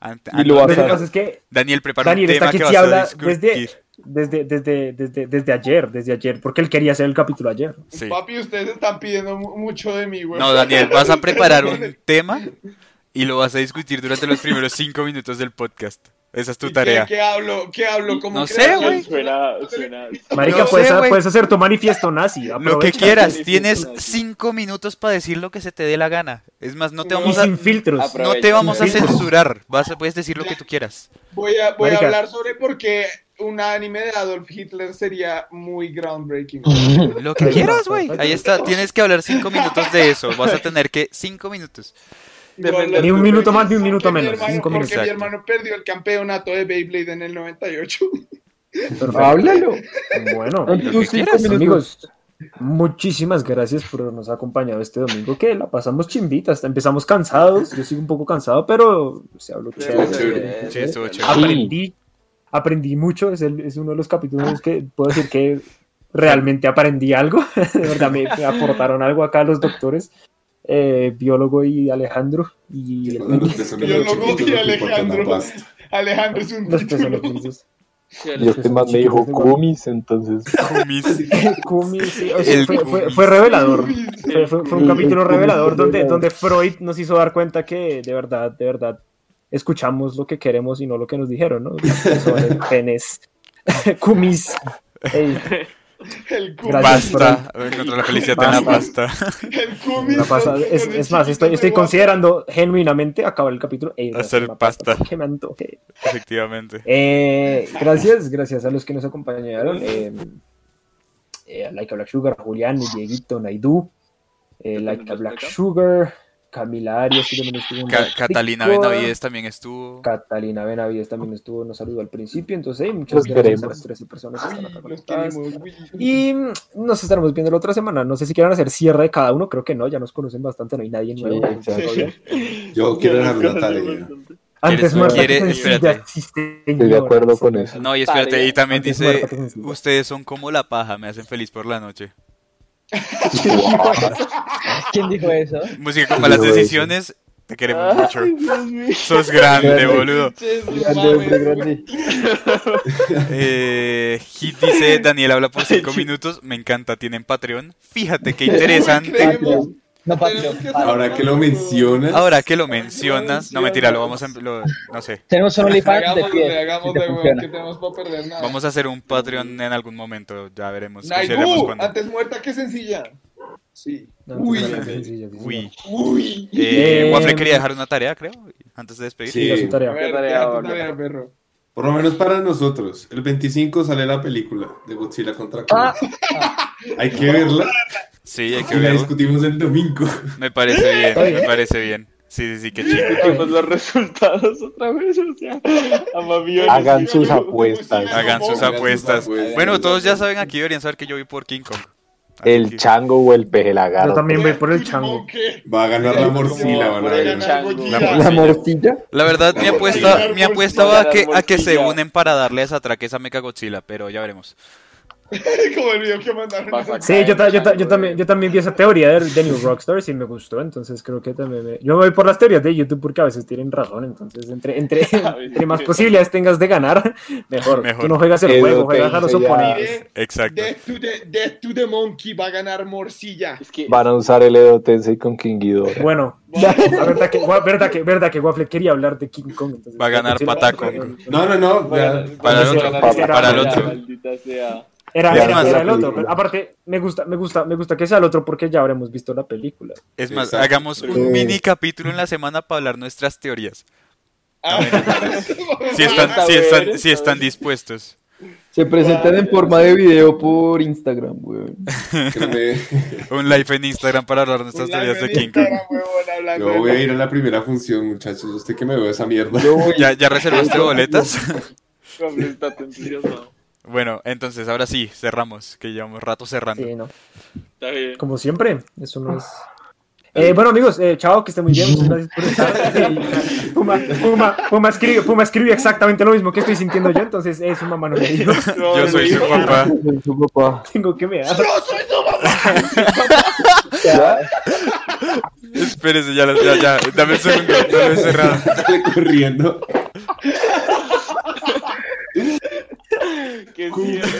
Speaker 4: Ant-
Speaker 7: Y lo
Speaker 3: Lo que
Speaker 7: Pasar.
Speaker 3: pasa es que
Speaker 4: Daniel, prepara un
Speaker 3: Daniel está
Speaker 4: tema
Speaker 3: aquí
Speaker 4: que
Speaker 3: si
Speaker 4: vas a
Speaker 3: habla
Speaker 4: discutir.
Speaker 3: desde, desde, desde, desde, desde ayer, desde ayer, porque él quería hacer el capítulo ayer.
Speaker 4: Sí.
Speaker 2: Papi, ustedes están pidiendo mu- mucho de mí, güey.
Speaker 4: No, Daniel, vas a preparar un tema y lo vas a discutir durante los primeros cinco minutos del podcast. Esa es tu
Speaker 2: ¿Y qué-
Speaker 4: tarea.
Speaker 2: ¿Qué, hablo? ¿Qué hablo? ¿Cómo
Speaker 4: No
Speaker 2: crees?
Speaker 4: sé, güey.
Speaker 8: Suena, suena.
Speaker 3: Marica,
Speaker 4: No sé,
Speaker 3: puedes, ha-
Speaker 4: güey.
Speaker 3: puedes hacer tu manifiesto nazi.
Speaker 4: Lo que
Speaker 3: aprovecha.
Speaker 4: quieras,
Speaker 8: Sí, sí,
Speaker 4: tienes
Speaker 8: sí, sí.
Speaker 4: cinco minutos para decir lo que se te dé la gana. Es más, no te
Speaker 3: Y
Speaker 4: vamos a,
Speaker 3: sin filtros.
Speaker 8: Apro-
Speaker 4: no te vamos a
Speaker 3: Aprovecha.
Speaker 4: censurar. Vas a- puedes decir lo que tú quieras.
Speaker 2: Voy a, voy a
Speaker 3: Marica.
Speaker 2: hablar sobre por qué un anime de Adolf Hitler sería muy groundbreaking.
Speaker 4: Lo que quieras, güey. Ahí está. Tienes que hablar cinco minutos de eso. Vas a tener que cinco minutos.
Speaker 8: Depende.
Speaker 3: Ni un minuto más, ni un
Speaker 2: Porque
Speaker 3: minuto
Speaker 2: mi
Speaker 3: menos,
Speaker 2: hermano-
Speaker 3: cinco
Speaker 2: porque
Speaker 4: minutos.
Speaker 2: mi hermano perdió el campeonato de Beyblade en el 98.
Speaker 3: Perfecto.
Speaker 7: Háblalo.
Speaker 3: Bueno, pues,
Speaker 7: Con
Speaker 4: que
Speaker 7: tus cinco
Speaker 4: quieras,
Speaker 7: minutos.
Speaker 3: amigos, muchísimas gracias por habernos acompañado este domingo, que la pasamos chimbita, hasta empezamos cansados, yo sigo un poco cansado, pero se habló
Speaker 6: Estuvo
Speaker 3: chévere.
Speaker 6: chévere.
Speaker 4: Sí, estuvo chévere.
Speaker 3: Aprendí, aprendí mucho, es, el- es uno de los capítulos que puedo decir que realmente aprendí algo, de verdad me, me aportaron algo acá los doctores, eh, biólogo y Alejandro, y
Speaker 6: Cuando los
Speaker 2: Yo
Speaker 6: tesoreros
Speaker 2: lo
Speaker 6: chiquitos
Speaker 2: cogí,
Speaker 6: no te importan la
Speaker 2: Alejandro.
Speaker 6: pasta.
Speaker 2: Alejandro es un
Speaker 3: los
Speaker 2: título.
Speaker 3: pezones
Speaker 5: Yo que más me dijo Kumis, entonces.
Speaker 3: Kumi, sí, o sea,
Speaker 4: El
Speaker 3: fue- fue-
Speaker 4: Kumi.
Speaker 3: fue revelador. Fue, fue- fue un
Speaker 5: El-
Speaker 3: capítulo
Speaker 5: el-
Speaker 3: revelador
Speaker 5: el-
Speaker 3: donde,
Speaker 5: el-
Speaker 3: donde Freud nos hizo dar cuenta que de verdad, de verdad, escuchamos lo que queremos y no lo que nos dijeron, ¿no? Sobre penes, cumis. Ey,
Speaker 2: El cumis.
Speaker 3: Gracias,
Speaker 4: Basta. Encontrar la felicidad en la
Speaker 3: Basta.
Speaker 4: pasta.
Speaker 2: El cumis.
Speaker 3: la pasa- es, es más, estoy, estoy considerando genuinamente acabar el capítulo. e Ey,
Speaker 4: Hacer
Speaker 3: una
Speaker 4: pasta.
Speaker 3: Que me antoje.
Speaker 4: Efectivamente.
Speaker 3: Eh, gracias, gracias a los que nos acompañaron. Eh, eh, a like a Black Sugar, a Julián, Dieguito, Naidu, eh, like a Black Sugar, Camila Arias, que también estuvo un
Speaker 4: Ca-
Speaker 3: ratico.
Speaker 4: Catalina Benavides también estuvo.
Speaker 3: Catalina Benavides también estuvo, nos saludó al principio, entonces hey, muchas
Speaker 5: Los
Speaker 3: gracias
Speaker 5: queremos.
Speaker 3: a las 13 personas que están acá
Speaker 2: Los
Speaker 3: conectadas.
Speaker 2: queremos, güey.
Speaker 3: Y mm, nos estaremos viendo la otra semana. No sé si quieran hacer cierre de cada uno, creo que no, ya nos conocen bastante, no hay nadie nuevo.
Speaker 5: Sí,
Speaker 3: entonces, todo
Speaker 5: exacto.
Speaker 3: bien.
Speaker 6: Yo quiero dejar una tarea.
Speaker 3: Antes
Speaker 4: ¿Quieres-
Speaker 3: muerta que
Speaker 4: quiere-
Speaker 3: sencilla
Speaker 4: espérate.
Speaker 3: existe,
Speaker 5: Estoy de
Speaker 3: señora.
Speaker 5: acuerdo con eso.
Speaker 4: No, y espérate, y también
Speaker 3: Antes
Speaker 4: dice,
Speaker 3: muerta que sencilla.
Speaker 4: ustedes son como la paja, me hacen feliz por la noche.
Speaker 9: ¿Quién dijo eso?
Speaker 4: Música con malas
Speaker 5: Yo eso.
Speaker 4: decisiones, te queremos mucho.
Speaker 8: Dios mío.
Speaker 4: Sos grande, boludo.
Speaker 7: Grande, hombre, grande.
Speaker 4: Eh, Hit dice, Daniel habla por 5 minutos, me encanta, tienen Patreon. Fíjate qué interesante.
Speaker 2: Creemos-
Speaker 9: No, Patreon.
Speaker 2: tenemos que
Speaker 9: Patreon.
Speaker 2: hacer
Speaker 6: Ahora que lo mencionas.
Speaker 4: Ahora que lo mencionas, no mentira, lo vamos a... lo- no sé,
Speaker 9: Tenemos un OnlyFans de
Speaker 2: Hagámoslo,
Speaker 9: pie.
Speaker 2: le hagamos
Speaker 9: si te
Speaker 2: de weón,
Speaker 9: funciona.
Speaker 2: que tenemos para perder nada.
Speaker 4: vamos a hacer un Patreon en algún momento, ya veremos. consideremos
Speaker 2: Naidu,
Speaker 4: cuándo.
Speaker 2: antes muerta que sencilla. Sí.
Speaker 3: No,
Speaker 2: Uy,
Speaker 3: antes muerta que sencilla, sí, señora.
Speaker 4: Uy.
Speaker 2: Uy.
Speaker 4: Eh,
Speaker 3: Eh,
Speaker 4: Waffle quería dejar una tarea, creo, antes de despedir.
Speaker 6: Sí.
Speaker 3: Diga su
Speaker 2: A
Speaker 3: tarea.
Speaker 2: ver,
Speaker 8: ¿Qué tarea
Speaker 2: deja tu
Speaker 8: ahora?
Speaker 2: tarea, perro.
Speaker 6: Por lo menos para nosotros. El 25 sale la película de Godzilla contra Kong.
Speaker 9: Ah.
Speaker 6: Hay que verla.
Speaker 4: Sí, hay que
Speaker 6: Y la
Speaker 4: verlo.
Speaker 6: discutimos el domingo.
Speaker 4: Me parece bien, me parece bien. Sí, sí, sí, qué chido.
Speaker 8: Vemos los resultados otra vez, o sea, a Mami,
Speaker 5: Hagan
Speaker 8: sí,
Speaker 5: sus
Speaker 8: yo-
Speaker 4: Hagan
Speaker 5: apuestas.
Speaker 4: sus
Speaker 6: Hagan sus
Speaker 4: apuestas.
Speaker 6: apuestas.
Speaker 4: Bueno, todos ya saben aquí, deberían saber que yo vi por King Kong. Así
Speaker 5: El
Speaker 4: que-
Speaker 5: chango o el peje
Speaker 3: Yo
Speaker 5: lagarto.
Speaker 3: también voy por el chango.
Speaker 2: Monque.
Speaker 6: Va a ganar la morcilla,
Speaker 8: Como
Speaker 6: van a
Speaker 8: por el
Speaker 6: ver.
Speaker 8: chango.
Speaker 2: La
Speaker 4: La morcilla.
Speaker 7: La morcilla.
Speaker 4: La verdad,
Speaker 6: La
Speaker 4: mi apuesta,
Speaker 6: morcilla.
Speaker 4: mi apuesta va a que, a que se
Speaker 8: Morcilla.
Speaker 4: unen para darle esa traqueza a Mecha Godzilla, pero ya veremos.
Speaker 2: Como el video que mandaron.
Speaker 8: Vas a
Speaker 3: Sí, yo, ta- yo, ta- yo
Speaker 8: Chango,
Speaker 3: también, yo también vi esa teoría de, de New Rockstars y me gustó, entonces creo que también... me- Yo me voy por las teorías de YouTube porque a veces tienen razón, entonces entre, entre, entre más posibilidades tengas de ganar, mejor.
Speaker 4: Mejor.
Speaker 3: Tú no juegas el
Speaker 5: Edu
Speaker 3: juego, juegas a
Speaker 5: Tense
Speaker 3: los
Speaker 5: ya.
Speaker 3: oponentes.
Speaker 2: Mire,
Speaker 4: Exacto.
Speaker 2: Death to, the, Death to the Monkey va a ganar morcilla.
Speaker 8: Es que
Speaker 5: Van a usar el Edo Tensei con King Ghidorah.
Speaker 3: Bueno, la verdad que, gua- verdad que, verdad que Waffle quería hablar de King Kong. entonces-
Speaker 4: Va a ganar
Speaker 3: Godzilla-
Speaker 4: Pataco.
Speaker 6: No, no, no.
Speaker 8: para,
Speaker 6: ya.
Speaker 4: Para el
Speaker 8: para-
Speaker 4: otro,
Speaker 8: para-
Speaker 3: para el
Speaker 8: para-
Speaker 4: otro.
Speaker 8: maldita sea.
Speaker 3: Era,
Speaker 5: Ya
Speaker 3: era-
Speaker 4: más
Speaker 3: era
Speaker 6: la
Speaker 3: el otro.
Speaker 6: película.
Speaker 3: pero aparte, me gusta, me gusta, me gusta que sea el otro porque ya habremos visto la película.
Speaker 4: Es más,
Speaker 6: Exacto.
Speaker 4: hagamos un
Speaker 5: Sí.
Speaker 4: mini capítulo en la semana para hablar nuestras teorías.
Speaker 2: Ah,
Speaker 4: Si están,
Speaker 8: Está
Speaker 4: si están,
Speaker 8: bueno,
Speaker 4: si
Speaker 8: está
Speaker 4: están
Speaker 8: bueno.
Speaker 4: dispuestos.
Speaker 7: Se presentan en forma de video por Instagram, weón.
Speaker 6: que me-
Speaker 4: Un live en Instagram para hablar nuestras
Speaker 2: un live
Speaker 4: teorías de
Speaker 2: en
Speaker 4: King Kong.
Speaker 2: Instagram, huevón, hablando
Speaker 6: Yo voy
Speaker 2: de-
Speaker 6: a ir a la primera función, muchachos. Usted que me veo esa mierda.
Speaker 4: ¿Ya, ya reservaste boletas?
Speaker 8: Hombre, está tan entusiasmado.
Speaker 4: Bueno, entonces ahora sí, cerramos, que llevamos rato cerrando.
Speaker 3: Sí, ¿no?
Speaker 8: Está bien.
Speaker 3: Como siempre, eso no es. Eh, bueno, amigos, eh, chao, que estén muy bien. Muchas gracias por estar. Puma, Puma, Puma, escribe, Puma escribe exactamente lo mismo que estoy sintiendo yo, entonces es su mamá no me dijo.
Speaker 4: Yo soy su papá.
Speaker 3: Tengo que mirar.
Speaker 4: Espérese, ya, las- ya, ya. Dame un segundo, no lo he cerrado.
Speaker 6: Sale corriendo.
Speaker 8: Que sí,
Speaker 2: culo.